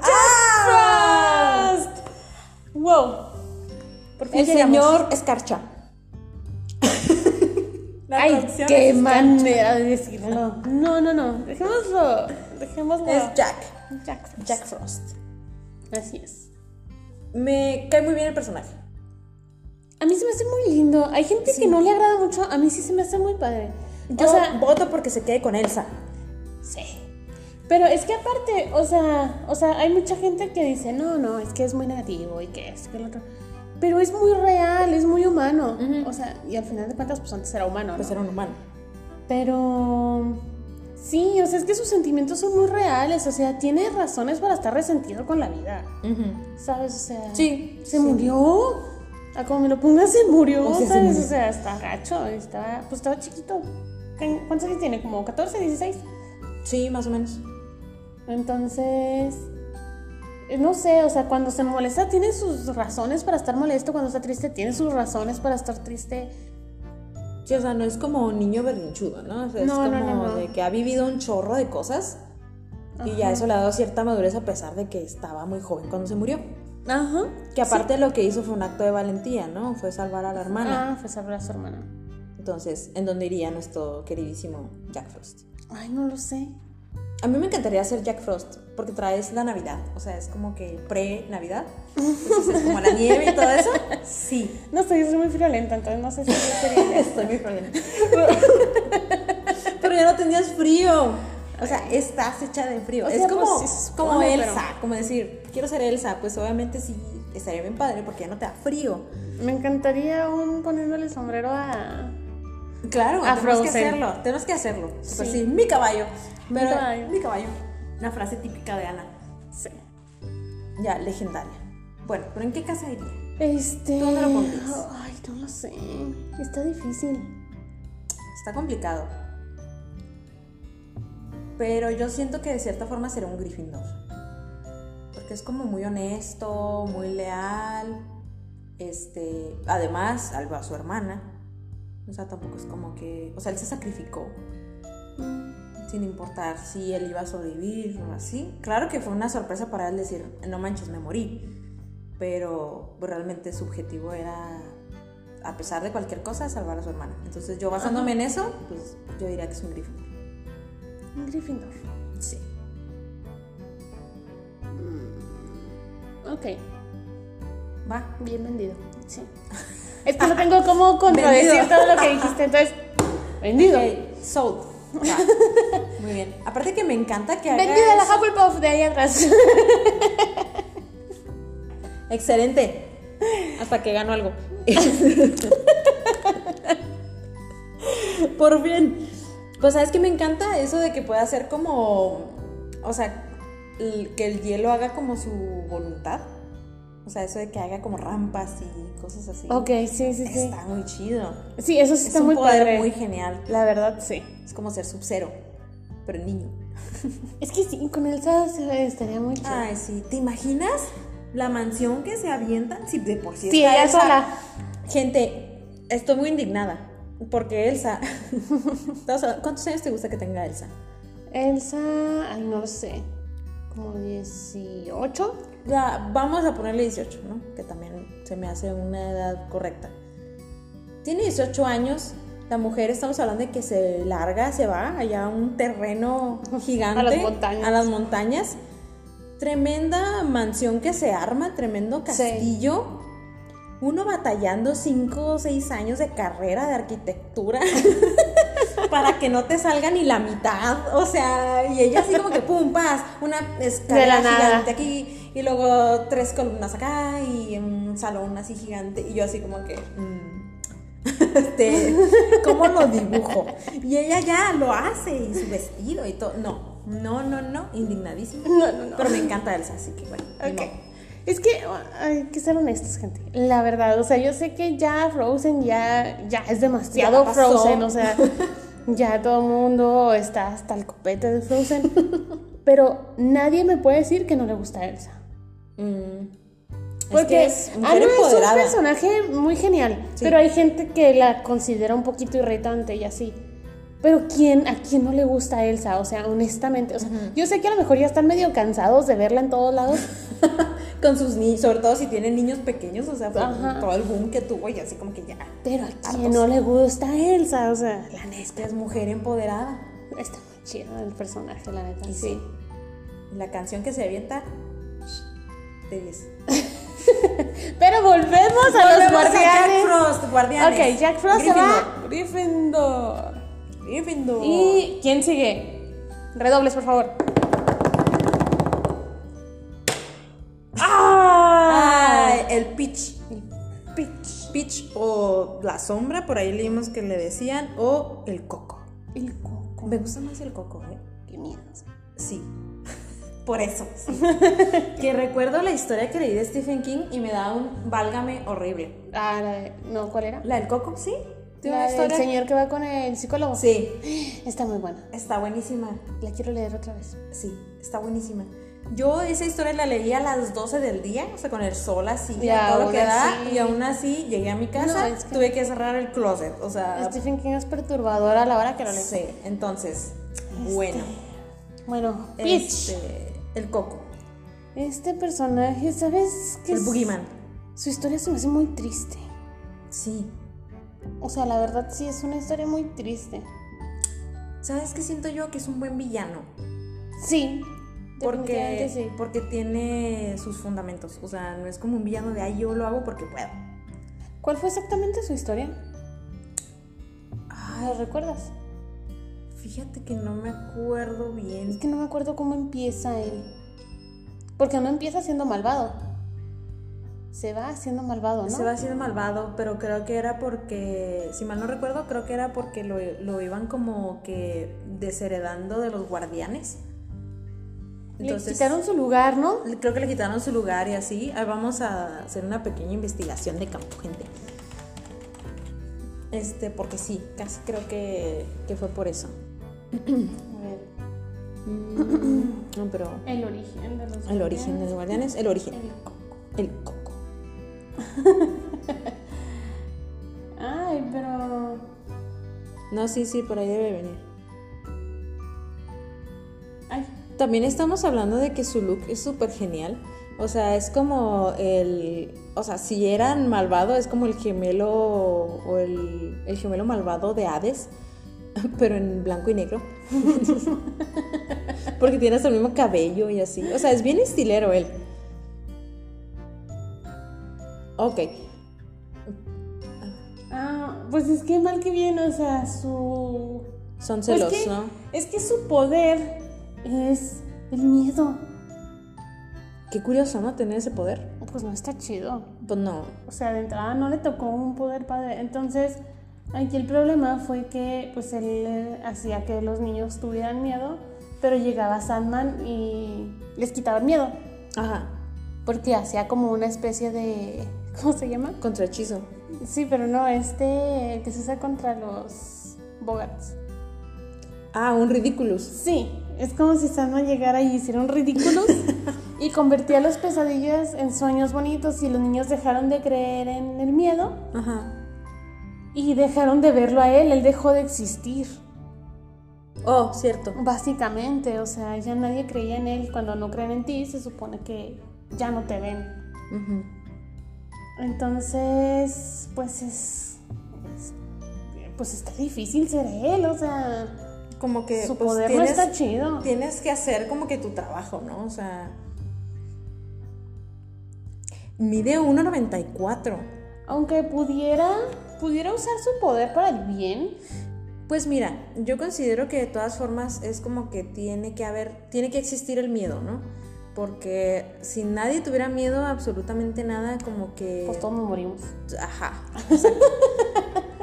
¡Ah! Wow. Por fin El llegamos. señor Escarcha. La Ay, traducción qué es manera de decirlo. No, no, no. Dejémoslo. Dejémoslo. Es Jack. Jack. Jack Frost. Así es. me cae muy bien el personaje. A mí se me hace muy lindo. Hay gente que no le agrada mucho. A mí sí se me hace muy padre. Yo o sea, voto porque se quede con Elsa. sí. Pero es que aparte, o sea, o sea, hay mucha gente que dice, no, no, es que es muy negativo y que es que el otro. Pero es muy real, es muy humano. Ujú. O sea, y al final de cuentas, pues antes era humano. ¿no? Pues era un humano. Pero sí, o sea, es que sus sentimientos son muy reales, o sea, tiene razones para estar resentido con la vida, ¿sabes? O sea, Sí, se sí. murió. A como me lo pongas, se murió, O sea, se ¿sabes? murió. O sea, está gacho, estaba, pues estaba chiquito. ¿Qué- ¿Cuántos años tiene? ¿Como 14, 16? Sí, más o menos. Entonces, eh, no sé, o sea, cuando se molesta tiene sus razones para estar molesto, cuando está triste tiene sus razones para estar triste. Sí, o sea, no es como un niño berrinchudo, ¿no? O sea, No, es no, como no, no. de que ha vivido un chorro de cosas y ya Ajá. eso le ha dado cierta madurez a pesar de que estaba muy joven cuando se murió. Ajá. Que aparte lo que hizo fue un acto de valentía, ¿no? Fue salvar a la hermana. Ah, fue salvar a su hermana. Entonces, ¿en dónde iría nuestro queridísimo Jack Frost? Ay, no lo sé. A mí me encantaría ser Jack Frost porque traes la Navidad, o sea, es como que pre-Navidad. Entonces, es como la nieve y todo eso. Sí. No sé, yo soy muy friolenta, entonces no sé si yo sería ella. Estoy muy problema. Pero ya no tenías frío. O sea, estás hecha de frío. O es sea, como, pues, sí se supone, como pero- Elsa, como decir, quiero ser Elsa, pues obviamente sí, estaría bien padre porque ya no te da frío. Me encantaría un poniéndole sombrero a. Claro, A tenemos que Frozen. hacerlo, tenemos que hacerlo. Pues Sí. sí, mi caballo. Mi Pero- caballo. Mi caballo. Una frase típica de Ana. Sí. Ya, legendaria. Bueno, pero ¿en qué casa iría? Este. ¿Tú dónde lo pondrías? Ay, no lo sé. Está difícil. Está complicado. Pero yo siento que de cierta forma será un Gryffindor. Porque es como muy honesto, muy leal. Este, además, salva a su hermana. O sea, tampoco es como que, o sea, él se sacrificó Mm, sin importar si él iba a sobrevivir o así. Claro que fue una sorpresa para él decir, no manches, me morí. Pero pues, realmente su objetivo era, a pesar de cualquier cosa, salvar a su hermana. Entonces yo basándome en eso, pues yo diría que es un Gryffindor. Un Gryffindor. Sí. Mm, Ok, Va. bien vendido. Sí. Es que no tengo cómo contradecir Vendido. todo lo que dijiste, entonces. Vendido. Ok, sold. Va. Muy bien. Aparte que me encanta que hagas... Vendida la Hufflepuff de ahí atrás. Excelente. Hasta que gano algo. Por bien. Pues sabes que me encanta eso de que pueda ser como. O sea, el- que el hielo haga como su voluntad. O sea, eso de que haga como rampas y cosas así. Ok, sí, sí, sí. Está muy chido. Sí, eso sí es está un muy poder padre. muy genial. La verdad, sí. Es como ser sub-zero, pero niño. Es que sí, con Elsa se- estaría muy chido. Ay, sí. ¿Te imaginas la mansión que se avientan? Si de por sí Sí, está ella Elsa. sola. Gente, estoy muy indignada. Porque Elsa. Todos- ¿Cuántos años te gusta que tenga Elsa? Elsa, ay, no lo sé, como 18. Ya, vamos a ponerle 18, ¿no? Que también se me hace una edad correcta. Tiene 18 años. La mujer, estamos hablando de que se larga, se va allá a un terreno gigante. A las montañas. a las montañas. Tremenda mansión que se arma, tremendo castillo. Uno batallando 5 o 6 años de carrera de arquitectura para que no te salga ni la mitad. O sea, y ella así como que pum, paz, una escalera De la nada. gigante aquí y luego tres columnas acá y un salón así gigante. Y yo así como que. mm, este, ¿cómo lo dibujo? Y ella ya lo hace y su vestido y todo. No, no, no, no, indignadísima. No, no, no. Pero me encanta Elsa, así que bueno. ni Ok. modo. Es que uh, hay que ser honestos, gente. La verdad, o sea, yo sé que ya Frozen ya, ya es demasiado Ya pasó. Frozen, o sea, ya todo el mundo está hasta el copete de Frozen. pero nadie me puede decir que no le gusta a Elsa. Mm. es Porque que es es Anna mujer es un empoderada. personaje muy genial, Sí. pero hay gente que la considera un poquito irritante y así. Pero ¿quién, ¿a quién no le gusta Elsa? O sea, honestamente, o sea, yo sé que a lo mejor ya están medio cansados de verla en todos lados. Con sus niños, sobre todo si tienen niños pequeños, o sea, fue Ajá. todo el boom que tuvo y así como que ya. Pero a Hartos. quién no le gusta Elsa, o sea, la Es neta. que es mujer empoderada. Está muy chido el personaje, la neta. Y sí. La canción que se avienta, shh, de 10. Pero volvemos a los Volvemos a guardianes. Jack Frost, guardianes. ok, Jack Frost se Gryffindor. va. Gryffindor. Gryffindor. ¿Y quién sigue? Redobles, por favor. ¡Ah! Ay, el Pitch. Pitch. Pitch o la sombra, por ahí leímos que le decían, o el coco. El coco. Me gusta más el coco, ¿eh? Qué miedo. Sí. Por eso. sí. que recuerdo la historia que leí de Stephen King y me da un válgame horrible. Ah, la de- no, ¿cuál era? ¿La del coco? Sí. ¿Tiene La una del historia? señor que va con el psicólogo. Sí. Está muy buena. Está buenísima. La quiero leer otra vez. Sí, está buenísima. Yo esa historia la leí a las 12 del día, o sea, con el sol así, Y a todo lo aún que da, así- y aún así llegué a mi casa, No, es que- tuve que cerrar el closet, o sea, Stephen King es perturbador a la hora que lo lees. Ah, sí, entonces, bueno, Bueno, Este, Peach. Este, este, el coco, personaje, ¿sabes qué? el es? boogeyman, Su historia se me hace muy triste. sí, O sea, la verdad sí es una historia muy triste. ¿sabes qué siento yo? Que es un buen villano, Sí. porque, definitivamente sí. porque tiene sus fundamentos, o sea, no es como un villano de, ay, yo lo hago porque puedo. ¿Cuál fue exactamente su historia? Ah, ¿lo recuerdas? Fíjate que no me acuerdo Es bien. que no me acuerdo cómo empieza él. Porque no empieza siendo malvado. Se va haciendo malvado, ¿no? Se va haciendo malvado, pero creo que era porque, si mal no recuerdo, creo que era porque lo, lo iban como que desheredando de los guardianes. Le quitaron su lugar, ¿no? le- creo que le quitaron su lugar y así. Ahí vamos a hacer una pequeña investigación de campo, gente. Este, porque sí, casi creo que, que fue por eso. A ver, Mm, no, pero el origen de los el origen de los guardianes, el origen, El coco. el coco. Ay, pero... No, sí, sí, por ahí debe venir. Ay, También estamos hablando de que su look es súper genial. O sea, es como el. O sea, si eran malvado, es como el gemelo. O el, el gemelo malvado de Hades. Pero en blanco y negro. Porque tiene hasta el mismo cabello y así. O sea, es bien estilero él. Ok. ah, pues es que mal que bien, o sea, su... Son Pues celos, que- ¿no? Es que su poder es el miedo. Qué curioso, ¿no? Tener ese poder. Pues no está chido. Pues no. O sea, de entrada no le tocó un poder padre. Entonces, aquí el problema fue que pues él eh, hacía que los niños tuvieran miedo, pero llegaba Sandman y les quitaba el miedo. Ajá. Porque hacía como una especie de... ¿Cómo se llama? Contrahechizo. Sí, pero no, este el que se usa contra los Bogarts. Ah, un ridiculous. Sí, es como si Sandman llegara y hiciera un ridículo y convertía los pesadillas en sueños bonitos y los niños dejaron de creer en el miedo Ajá. y dejaron de verlo a él, él dejó de existir. Oh, cierto. Básicamente, o sea, ya nadie creía en él. Cuando no creen en ti, se supone que ya no te ven. Ujú. Entonces, pues es. es- pues está difícil ser él, o sea. Como que su pues, poder no tienes, está chido. tienes que hacer como que tu trabajo, ¿no? O sea. Mide 1.94. Aunque pudiera. Pudiera usar su poder para el bien. Pues mira, yo considero que de todas formas es como que tiene que haber, tiene que existir el miedo, ¿no? Porque si nadie tuviera miedo a absolutamente nada, como que. Pues todos nos morimos. Eh, Ajá. O sea,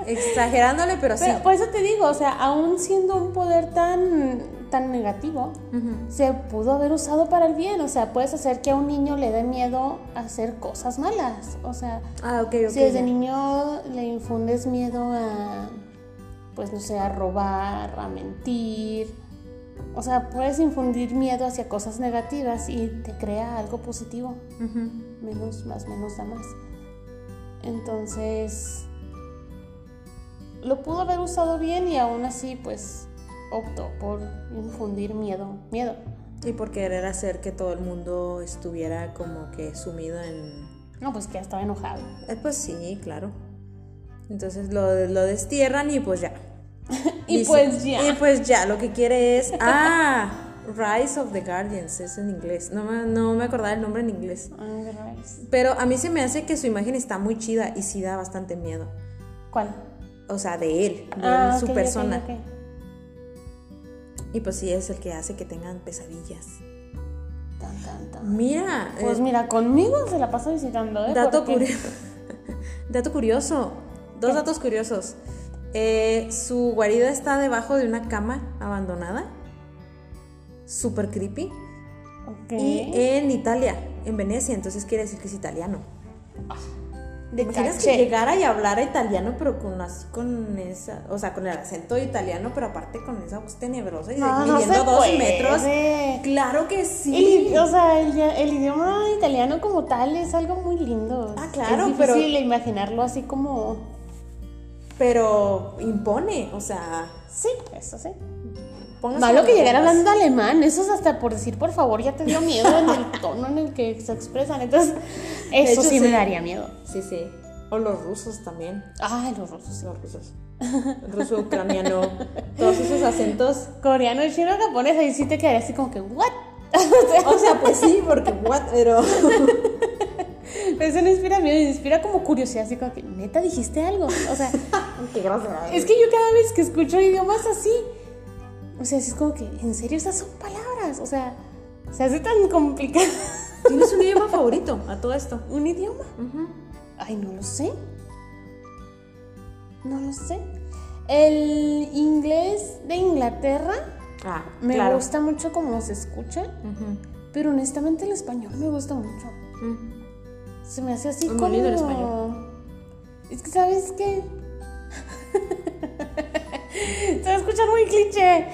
exagerándole, pero, Pero sí. por eso te digo, o sea, aún siendo un poder tan. tan negativo. Ujú. se pudo haber usado para el bien. O sea, puedes hacer que a un niño le dé miedo a hacer cosas malas. O sea, Ah, ok, ok. si desde ya. niño le infundes miedo a, pues no sé, a robar, a mentir. O sea, puedes infundir miedo hacia cosas negativas y te crea algo positivo. Ujú. Menos, más, menos, da más. Entonces, lo pudo haber usado bien y aún así, pues, optó por infundir miedo. Miedo. Y por querer hacer que todo el mundo estuviera como que sumido en... No, pues que ya estaba enojado. Eh, pues sí, claro. Entonces lo, lo destierran y pues ya. Y pues ya. Y pues ya, lo que quiere es... ¡Ah! Rise of the Guardians, es en inglés. No me, no me acordaba el nombre en inglés. Mm, The Rise. Pero a mí se me hace que su imagen está muy chida y sí da bastante miedo. ¿Cuál? O sea, de él, de Ah, él, su ok, ok, persona. ok. Y pues sí, es el que hace que tengan pesadillas. Tan, tan, tan. Mira, eh, Ah. Pues mira, conmigo se la pasa visitando, ¿eh? dato, Porque- curio- dato curioso. Dos ¿Qué? datos curiosos. Eh, su guarida está debajo de una cama abandonada. Super creepy. Ok. Y en Italia, en Venecia, entonces quiere decir que es italiano. De Imaginas que caché. llegara y hablara italiano, pero con así con esa, o sea, con el acento italiano, pero aparte con esa voz tenebrosa y No, no midiendo se dos puede. metros. Claro que sí. El, o sea, el, el idioma italiano como tal es algo muy lindo. Ah, claro, es pero- difícil imaginarlo así como... Pero impone, o sea, Sí, eso sí. póngase Malo las que llegara bombas. hablando alemán, eso es hasta por decir por favor, ya te dio miedo en el tono en el que se expresan. Entonces, eso hecho, sí, me sí. daría miedo. Sí, sí. O los rusos también. Ay, los rusos. Los rusos. Ruso, ucraniano. Todos esos acentos. Coreano, chino, japonés, ahí sí te quedaría así como que, ¿what? O sea, pues sí, porque what, pero. Eso no inspira miedo, inspira como curiosidad, así como que, neta, dijiste algo. O sea, Qué grosero. Es que yo cada vez que escucho idiomas así, o sea, es como que, en serio, esas son palabras, o sea, se hace tan complicado ¿Tienes un idioma favorito a todo esto? un idioma. Ujú. Ay, no lo sé. No lo sé. El inglés de Inglaterra Ah, me claro. gusta mucho como se escucha, Ujú. pero honestamente el español me gusta mucho. Mm. Se me hace así Muy como... lindo el español. Es que, ¿sabes qué? Se va a escuchar muy cliché.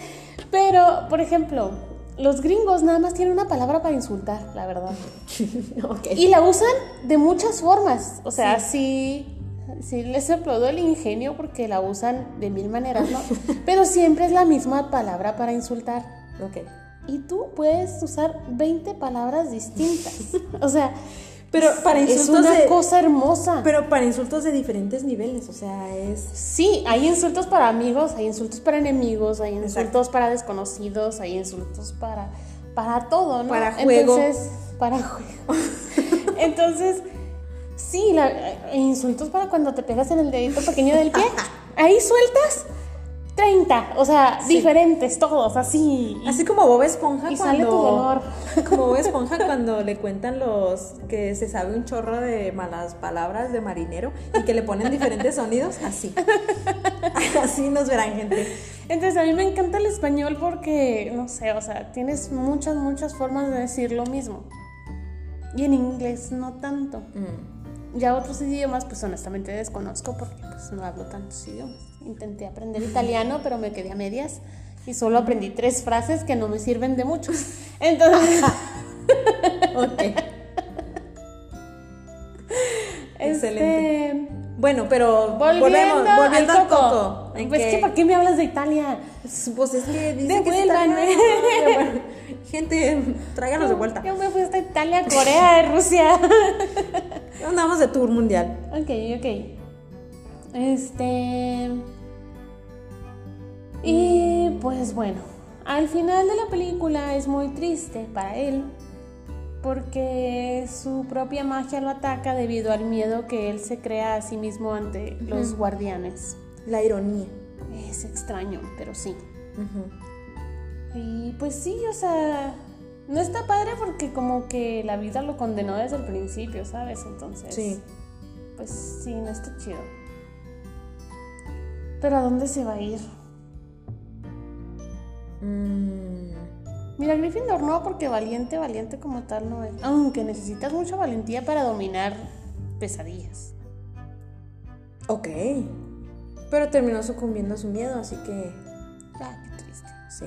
Pero, por ejemplo, los gringos nada más tienen una palabra para insultar, la verdad. ok. Y la usan de muchas formas. O sea, sí, sí les aplaudo el ingenio porque la usan de mil maneras, ¿no? Pero siempre es la misma palabra para insultar. Ok. Y tú puedes usar 20 palabras distintas. O sea, Pero para es insultos una de- cosa hermosa. Pero para insultos de diferentes niveles, o sea, es. Sí, hay insultos para amigos, hay insultos para enemigos, hay insultos Exacto. para desconocidos, hay insultos para, para todo, ¿no? Para juego. Entonces, para juego. Entonces, sí, la- hay insultos para cuando te pegas en el dedito pequeño del pie. Ahí sueltas 30, o sea, Sí. diferentes, todos, así. Y- Así como Bob Esponja Y cuando. sale tu dolor. Como Bob Esponja cuando le cuentan los que se sabe un chorro de malas palabras de marinero y que le ponen diferentes sonidos, así. Así nos verán, gente. Entonces, a mí me encanta el español porque, no sé, o sea, tienes muchas, muchas formas de decir lo mismo. Y en inglés no tanto. Mm, Ya otros idiomas, pues honestamente desconozco porque pues no hablo tantos idiomas. Intenté aprender italiano, pero me quedé a medias y solo aprendí tres frases que no me sirven de mucho. Entonces, Ok. excelente. Excelente. Bueno, pero este, volviendo, volvemos, volviendo al al coco. coco. en Pues que- que, ¿para qué me hablas de Italia? Pues es que dice que es Devuélvanme. italiano. Gente, tráiganos de vuelta. Yo me fui hasta Italia, Corea, Rusia. Andamos de tour mundial. Ok, ok. Este. Y pues bueno, al final de la película es muy triste para él porque su propia magia lo ataca debido al miedo que él se crea a sí mismo ante los guardianes. La ironía. Es extraño, pero sí. Y pues sí, o sea, no está padre porque como que la vida lo condenó desde el principio, ¿sabes? Entonces Sí. pues sí, no está chido. Pero ¿a dónde se va a ir? Mm, Mira, Gryffindor no, porque valiente, valiente como tal no es. Aunque necesitas mucha valentía para dominar pesadillas. ok. Pero terminó sucumbiendo a su miedo, así que Ah, qué triste. sí.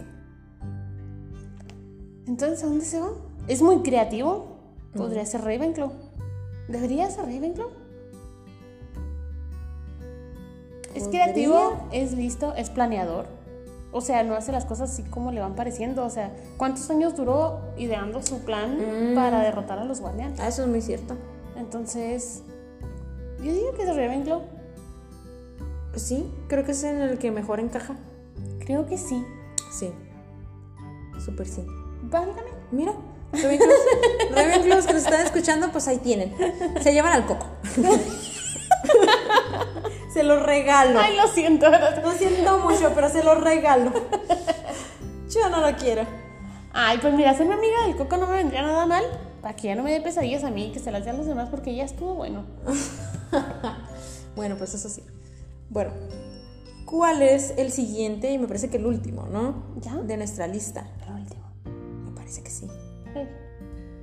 Entonces, ¿a dónde se va? Es muy creativo. Podría ser Ravenclaw. ¿Debería ser Ravenclaw? Es Podría. creativo, es listo, es planeador. O sea, no hace las cosas así como le van pareciendo. O sea, ¿cuántos años duró ideando su plan Mm. para derrotar a los guardianes? Ah, eso es muy cierto. Entonces, yo digo que es Ravenclaw. Sí, creo que es en el que mejor encaja. Creo que sí. Sí. Super sí. Válgame. Mira, Ravenclaws, Ravenclaws que nos están escuchando, pues ahí tienen. Se llevan al coco. se los regalo. Ay, lo siento. Lo siento mucho, pero se los regalo. Yo no lo quiero. Ay, pues mira, serme amiga del coco no me vendría nada mal. Para que ya no me dé pesadillas a mí, que se las dé a los demás, porque ya estuvo bueno. bueno, pues eso sí. Bueno, ¿cuál es el siguiente? Y me parece que el último, ¿no? ¿Ya? De nuestra lista. Lo último. Me parece que sí. Ay,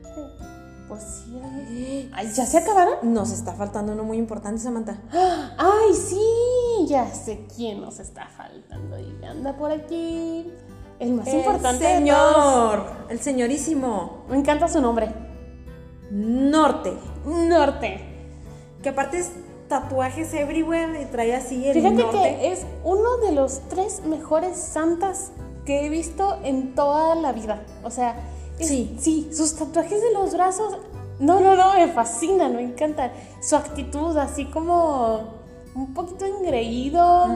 ay, Pues sí. ay. Ay, ¿ya se acabaron? Nos está faltando uno muy importante, Samantha. Ah, ¡Ay, sí! Ya sé quién nos está faltando y anda por aquí. El más importante. de todos. Señor. El señorísimo. Me encanta su nombre. Norte. Norte. Que aparte es tatuajes everywhere y trae así el Fíjate norte. que es uno de los tres mejores santas que he visto en toda la vida. O sea, es- Sí. sí, sus tatuajes de los brazos. No, no, no, me fascinan, me encantan. Su actitud, así como un poquito Mm, engreído.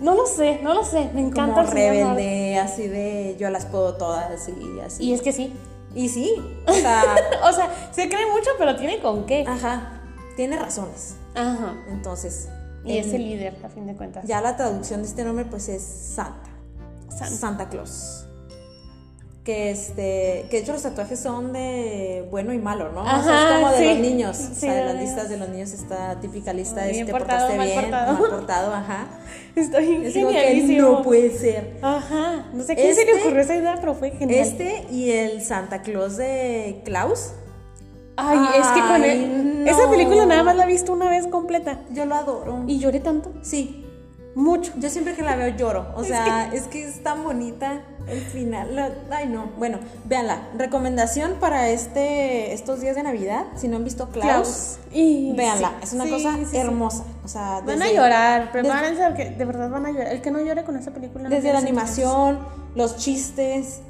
No lo sé, no lo sé. Me encanta Como el señor Norte. rebelde, así de yo las puedo todas y así. Y es que sí. Y sí, o sea, O sea, se cree mucho, pero tiene con qué. Ah. ajá, tiene razones. Ajá. Entonces, Y el- es el líder, a fin de cuentas. Eh, ya la traducción de este nombre pues es Santa. San- Santa Claus. Que este, que de hecho los tatuajes son de bueno y malo, ¿no? O sea, Ajá, es como de sí. los niños. o Sí, sea, de de las los listas niños. de los niños está típica lista de Bien te portado, portaste mal bien, portado. mal portado, ajá. Estoy Es como que genialísimo. no puede ser. Ajá. No sé a quién se le Este- ocurrió esa idea, pero fue genial. Este y el Santa Claus de Klaus. Ay, es que con Ay, el- no. esa película nada más la he visto una vez completa. Yo lo adoro. Y lloré tanto. sí, Mucho. yo siempre que la veo lloro. O sea, es que, es tan bonita el final. la- Ay, no. Bueno, véanla. Recomendación para este, estos días de Navidad, si no han visto Klaus. Y Véanla, sí, es una sí, cosa sí, sí. hermosa. O sea, Van a desde- llorar, desde- prepárense porque de verdad van a llorar. El que no llore con esa película no Desde la tiene animación, los chistes,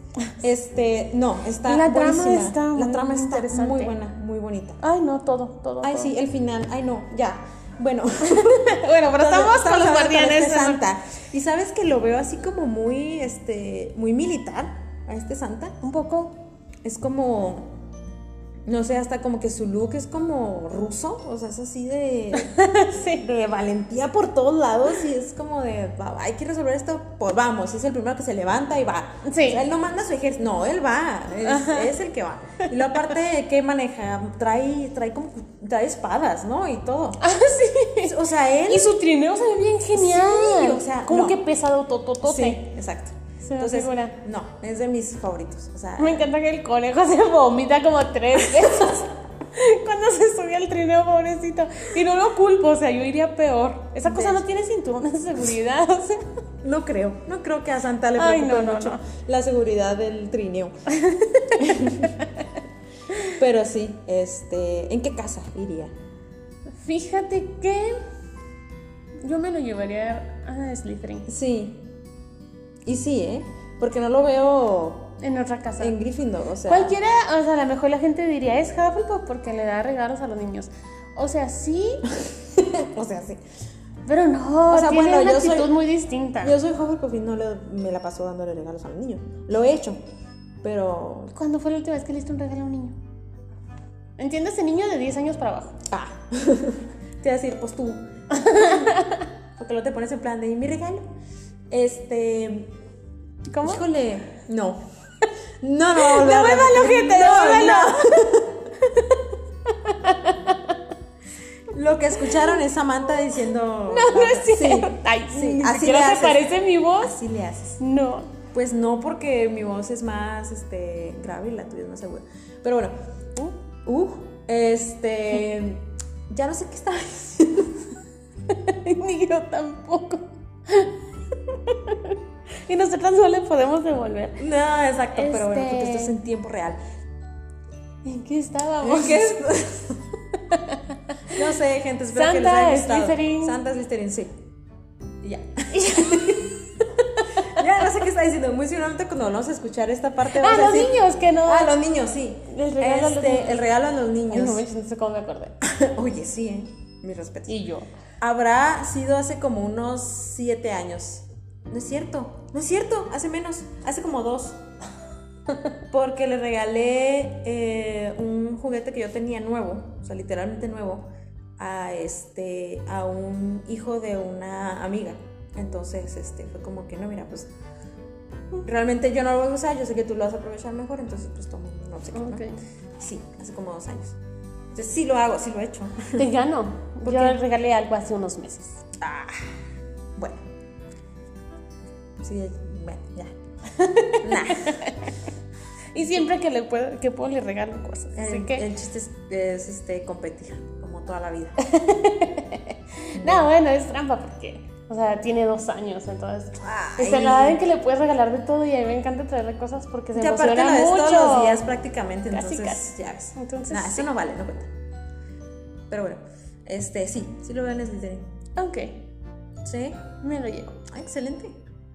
este, no, está La trama buenísima. está la muy trama está interesante. muy buena, muy bonita. sentimientos. Ay, no, todo, todo. Ay, todo. sí, el final, ay no, ya. Bueno, bueno, pero estamos, con los hablando guardianes. este ¿no? Santa. Y sabes que lo veo así como muy este muy militar a este Santa. Un poco. Es como no sé, hasta como que su look es como ruso, o sea, es así de sí. de valentía por todos lados y es como de, "Va, va, hay que resolver esto, pues vamos, es el primero que se levanta y va. Sí. O sea, él no manda a su ejército, no, él va, es, es el que va. Y lo aparte que maneja, trae, trae como, trae espadas, ¿no? Y todo. Ah, sí. O sea, él... Y su trineo se ve bien genial. Sí, o sea, como no. que pesado tototote. Sí, exacto. Se me figura. no, es de mis favoritos. O sea, Me encanta que el conejo se vomita como tres veces cuando se sube al trineo, pobrecito. Y no lo culpo, o sea, yo iría peor. Esa cosa no tiene cinturón de seguridad, o sea. no creo, no creo que a Santa le Ay, preocupe no, no, mucho no. la seguridad del trineo. Pero sí, este, ¿en qué casa iría? Fíjate que yo me lo llevaría a Slytherin Sí. Y sí, ¿eh? Porque no lo veo en otra casa. en Gryffindor, o sea. Cualquiera, o sea, a lo mejor la gente diría es Hufflepuff porque le da regalos a los niños. O sea, sí, O sea, sí. pero no, O sea, tiene bueno, una yo soy- actitud muy distinta. Yo soy Hufflepuff y no le- me la paso dándole regalos a los niños. Lo he hecho, pero... ¿Cuándo fue la última vez que le diste un regalo a un niño? Entiéndase, niño de 10 años para abajo. Ah. Te iba a decir, pues tú. Porque lo te pones en plan de, ¿y mi regalo? Este... ¿Cómo? Híjole. No. No, no, no. No me va el ojete, Lo que escucharon es Samantha diciendo... No, no es Sí, cierto. Ay, sí, ni así le siquiera se haces. parece mi voz. Así le haces. No. Pues no, porque mi voz es más este, grave y la tuya es más segura. Pero bueno, uh, uh, este. Ya no sé qué estaba diciendo. Ni yo tampoco. y nosotras no le podemos devolver. No, exacto, pero bueno, Este- porque esto es en tiempo real. ¿En qué estábamos? ¿Qué es? no sé, gente, espero que les Santa haya gustado. Slytherin. Santa Slytherin, sí. Y ya. ya no sé qué está diciendo. Muy seguramente cuando vamos a escuchar esta parte Ah, vamos a los decir- niños, que no. Ah, los niños, sí. El regalo a los Este, niños. El regalo a los niños. Ay, no manches, no sé cómo me acordé. Oye, sí, ¿eh? Mi respeto. Y yo. Habrá sido hace como unos siete años. No es cierto, no es cierto, hace menos, hace como dos. Porque le regalé eh, un juguete que yo tenía nuevo, o sea, literalmente nuevo, a, este, a un hijo de una amiga. Entonces, este, fue como que, no, mira, pues realmente yo no lo voy a usar, yo sé que tú lo vas a aprovechar mejor, entonces pues tomo no sé qué. ¿no? Ok. Sí, hace como dos años. Entonces sí lo hago, sí lo he hecho. Te gano. ¿Por Yo qué? le regalé algo hace unos meses. Ah, bueno. Sí, bueno, ya. Y siempre que le puedo, que puedo le regalo cosas. Así El, que. el chiste es, es, este, competir, como toda la vida. No, bueno, es trampa porque. O sea, tiene dos años, entonces. Ay. Está en la edad en que le puedes regalar de todo y a mí me encanta traerle cosas porque se Y aparte emociona lo ves mucho. todos los días prácticamente, Casi, entonces casi. ya ves. Entonces, Nah, eso no vale, no cuenta. Pero bueno, este, sí, sí lo veo en Slytherin. Ok, Sí, me lo llevo. Ah, excelente.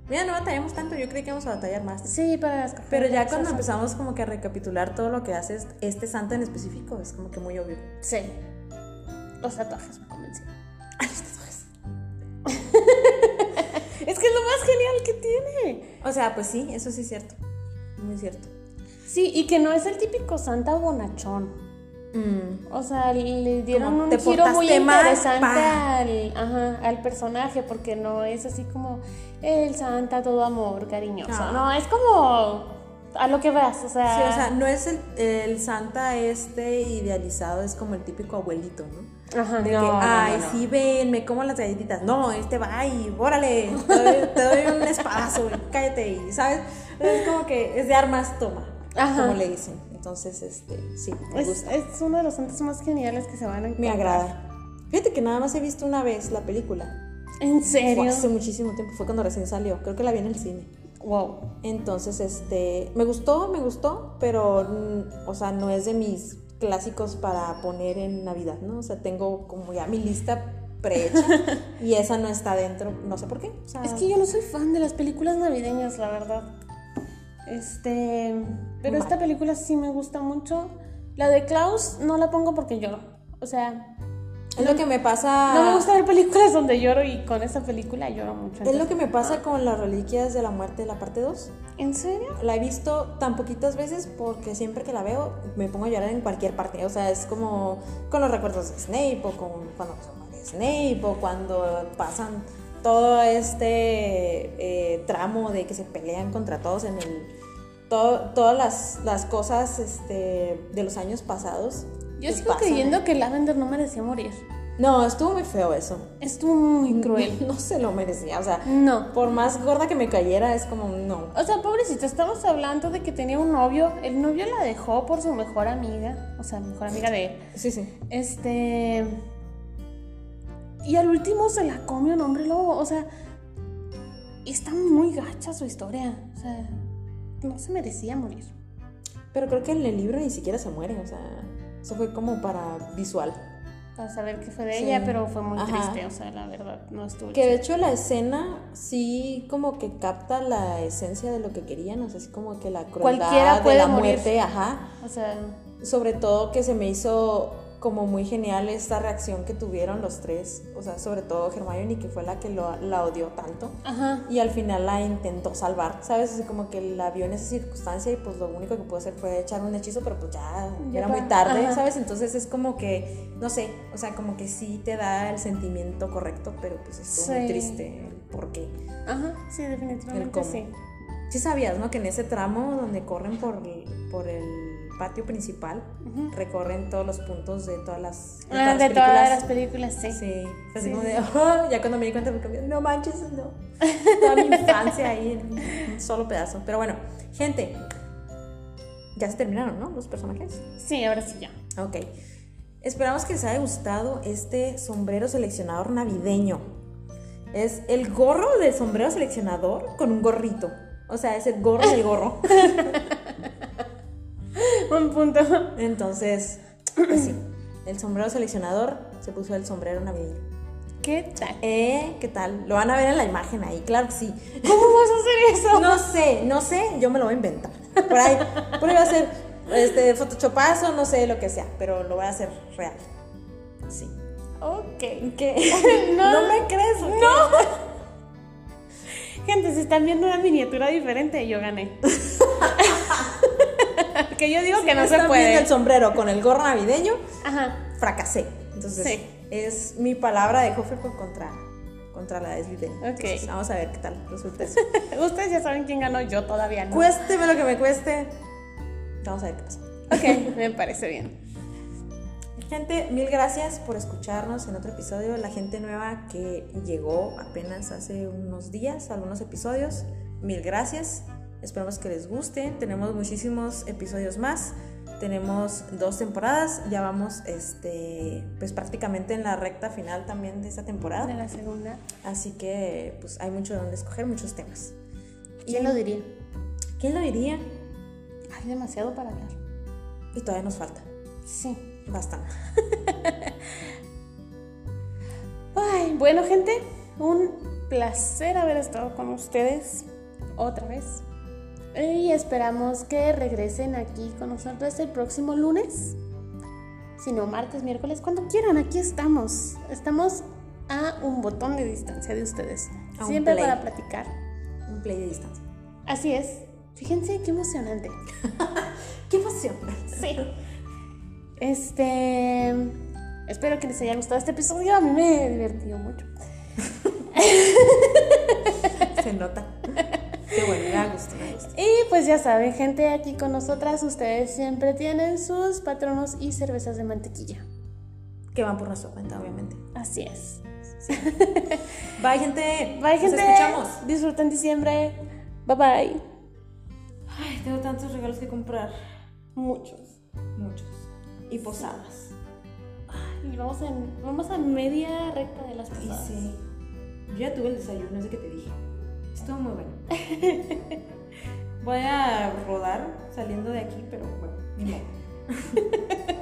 Mira, no batallamos tanto, yo creí que íbamos a batallar más. Sí, para escoger. Pero ya cuando cosas. empezamos como que a recapitular todo lo que hace est- este santo en específico, es como que muy obvio. Sí. Los tatuajes me convencieron. los tatuajes. es que es lo más genial que tiene. O sea, pues sí, eso sí es cierto. Muy cierto. Sí, y que no es el típico santa bonachón. Mm, O sea, le dieron Como un te giro muy portaste mal, interesante pa. al, ajá, al personaje, porque no es así como el santa todo amor, cariñoso. Ah. No, es como a lo que vas, o sea. Sí, o sea, no es el, el santa este idealizado, es como el típico abuelito, ¿no? ajá, De no, que, no, no, ay, no. sí, ven, me como las galletitas. No, este va y órale, te doy, te doy un espadazo y cállate y, ¿sabes? Es como que es de armas toma, Ajá. como le dicen. Entonces, este, sí, me Es, gusta. es uno de los santos más geniales que se van a Me encontrar. agrada. Fíjate que nada más he visto una vez la película. ¿En Fue serio? hace muchísimo tiempo, fue cuando recién salió. Creo que la vi en el cine. Wow. Entonces, este, me gustó, me gustó, pero, mm, o sea, no es de mis clásicos para poner en Navidad, ¿no? O sea, tengo como ya mi lista prehecha y esa no está dentro, no sé por qué. O sea, Es que yo no soy fan de las películas navideñas, la verdad. Este. Pero Va. esta película sí me gusta mucho. La de Klaus no la pongo porque lloro. O sea, es lo que me pasa. no me gusta ver películas donde lloro y con esta película lloro mucho. Ah. Es lo entonces- que me pasa con las reliquias de la muerte de la parte 2. ¿En serio? La he visto tan poquitas veces porque siempre que la veo me pongo a llorar en cualquier parte. O sea, es como con los recuerdos de Snape o con cuando se muere Snape o cuando pasan todo este eh, tramo de que se pelean contra todos en el... to- todas las, las cosas este, de los años pasados. Yo que sigo pasan. creyendo que Lavender no merecía morir. No, estuvo muy feo eso. Estuvo muy cruel. No se lo merecía. O sea, No. por más gorda que me cayera, es como no. O sea, pobrecita, estamos hablando de que tenía un novio. El novio la dejó por su mejor amiga. O sea, mejor amiga de él. Sí, sí. Este. Y al último se la come un hombre lobo. O sea, está muy gacha su historia. O sea, no se merecía morir. Pero creo que en el libro ni siquiera se muere, o sea, eso fue como para visual. Para saber qué fue de Sí. ella, pero fue muy Ajá. triste. O sea, la verdad, no estuvo. Que de chido. hecho la escena sí como que capta la esencia de lo que querían, o sea, así como que la Cualquiera crueldad de puede la morir. muerte, ajá. O sea, Sobre todo que se me hizo como muy genial esta reacción que tuvieron los tres, o sea, sobre todo Hermione que fue la que lo- la odió tanto. ajá. Y al final la intentó salvar, ¿sabes? Así como que la vio en esa circunstancia y pues lo único que pudo hacer fue echar un hechizo, pero pues ya, Ya ya era pa- muy tarde, ajá. ¿sabes? Entonces es como que, no sé, o sea, como que sí te da el sentimiento correcto, pero pues es muy Sí. triste el por qué. Ajá, sí, El definitivamente cómo. sí. Sí sabías, ¿no? Que en ese tramo donde corren por, por el patio principal, Ujú. recorren todos los puntos de todas las... Ah, de todas las películas, sí. Sí, fue así Sí, como sí, de, "Oh", ya cuando me di cuenta fue como, de, no manches, no. Toda mi infancia ahí en un solo pedazo. Pero bueno, gente, ya se terminaron, ¿no? Los personajes. Sí, ahora sí ya. Ok. Esperamos que les haya gustado este sombrero seleccionador navideño. Es el gorro del sombrero seleccionador con un gorrito. O sea, es el gorro del gorro. Un punto. Entonces, pues sí, el sombrero seleccionador se puso el sombrero navideño. ¿Qué tal? Eh, ¿qué tal? Lo van a ver en la imagen ahí, claro que sí. ¿Cómo vas a hacer eso? No sé, no sé, yo me lo voy a inventar. Por ahí, por ahí va a ser este, photoshopazo, no sé lo que sea, pero lo voy a hacer real. Sí. Ok. ¿Qué? No. ¿No me crees? No. Gente, si están viendo una miniatura diferente, yo gané. que yo digo que no me se están viendo puede. el sombrero con el gorro navideño, Ajá. fracasé. Entonces, Sí. es mi palabra de Hufflepuff contra, contra la de Slytherin. Ok. Entonces, vamos a ver qué tal resulta eso. Ustedes ya saben quién ganó, yo todavía no. Cuésteme lo que me cueste. Vamos a ver qué pasa. Ok, me parece bien. Gente, mil gracias por escucharnos en otro episodio. La gente nueva que llegó apenas hace unos días, algunos episodios, mil gracias. Esperamos que les guste. Tenemos muchísimos episodios más. Tenemos dos temporadas. Ya vamos, este, pues prácticamente en la recta final también de esta De temporada. la segunda. Así que, pues hay mucho donde escoger, muchos temas. ¿Quién lo diría? ¿Quién lo diría? Hay demasiado para hablar. Y todavía nos falta. Sí. Bastante. Ay, bueno, gente, un placer haber estado con ustedes otra vez. Y esperamos que regresen aquí con nosotros el próximo lunes. Si no, martes, miércoles, cuando quieran, aquí estamos. Estamos a un botón de distancia de ustedes. A un Siempre play. para platicar. Un play de distancia. Así es. Fíjense qué emocionante. ¡Qué emoción! Sí. Este. Espero que les haya gustado este episodio. A mí me divertido mucho. Se nota. Qué bueno, me da gusto, me da gusto. Y pues ya saben, gente, aquí con nosotras, ustedes siempre tienen sus patronos y cervezas de mantequilla. Que van por nuestra cuenta, obviamente. Así es. Bye, gente. Bye, gente. Nos escuchamos. Disfruten diciembre. Bye bye. Ay, tengo tantos regalos que comprar. Muchos. Muchos. Y posadas. Y vamos, en- vamos a media recta de las Ay, posadas. sí. Yo ya tuve el desayuno, ese que te dije. Estuvo muy bueno. Voy a rodar saliendo de aquí, pero bueno, ni modo.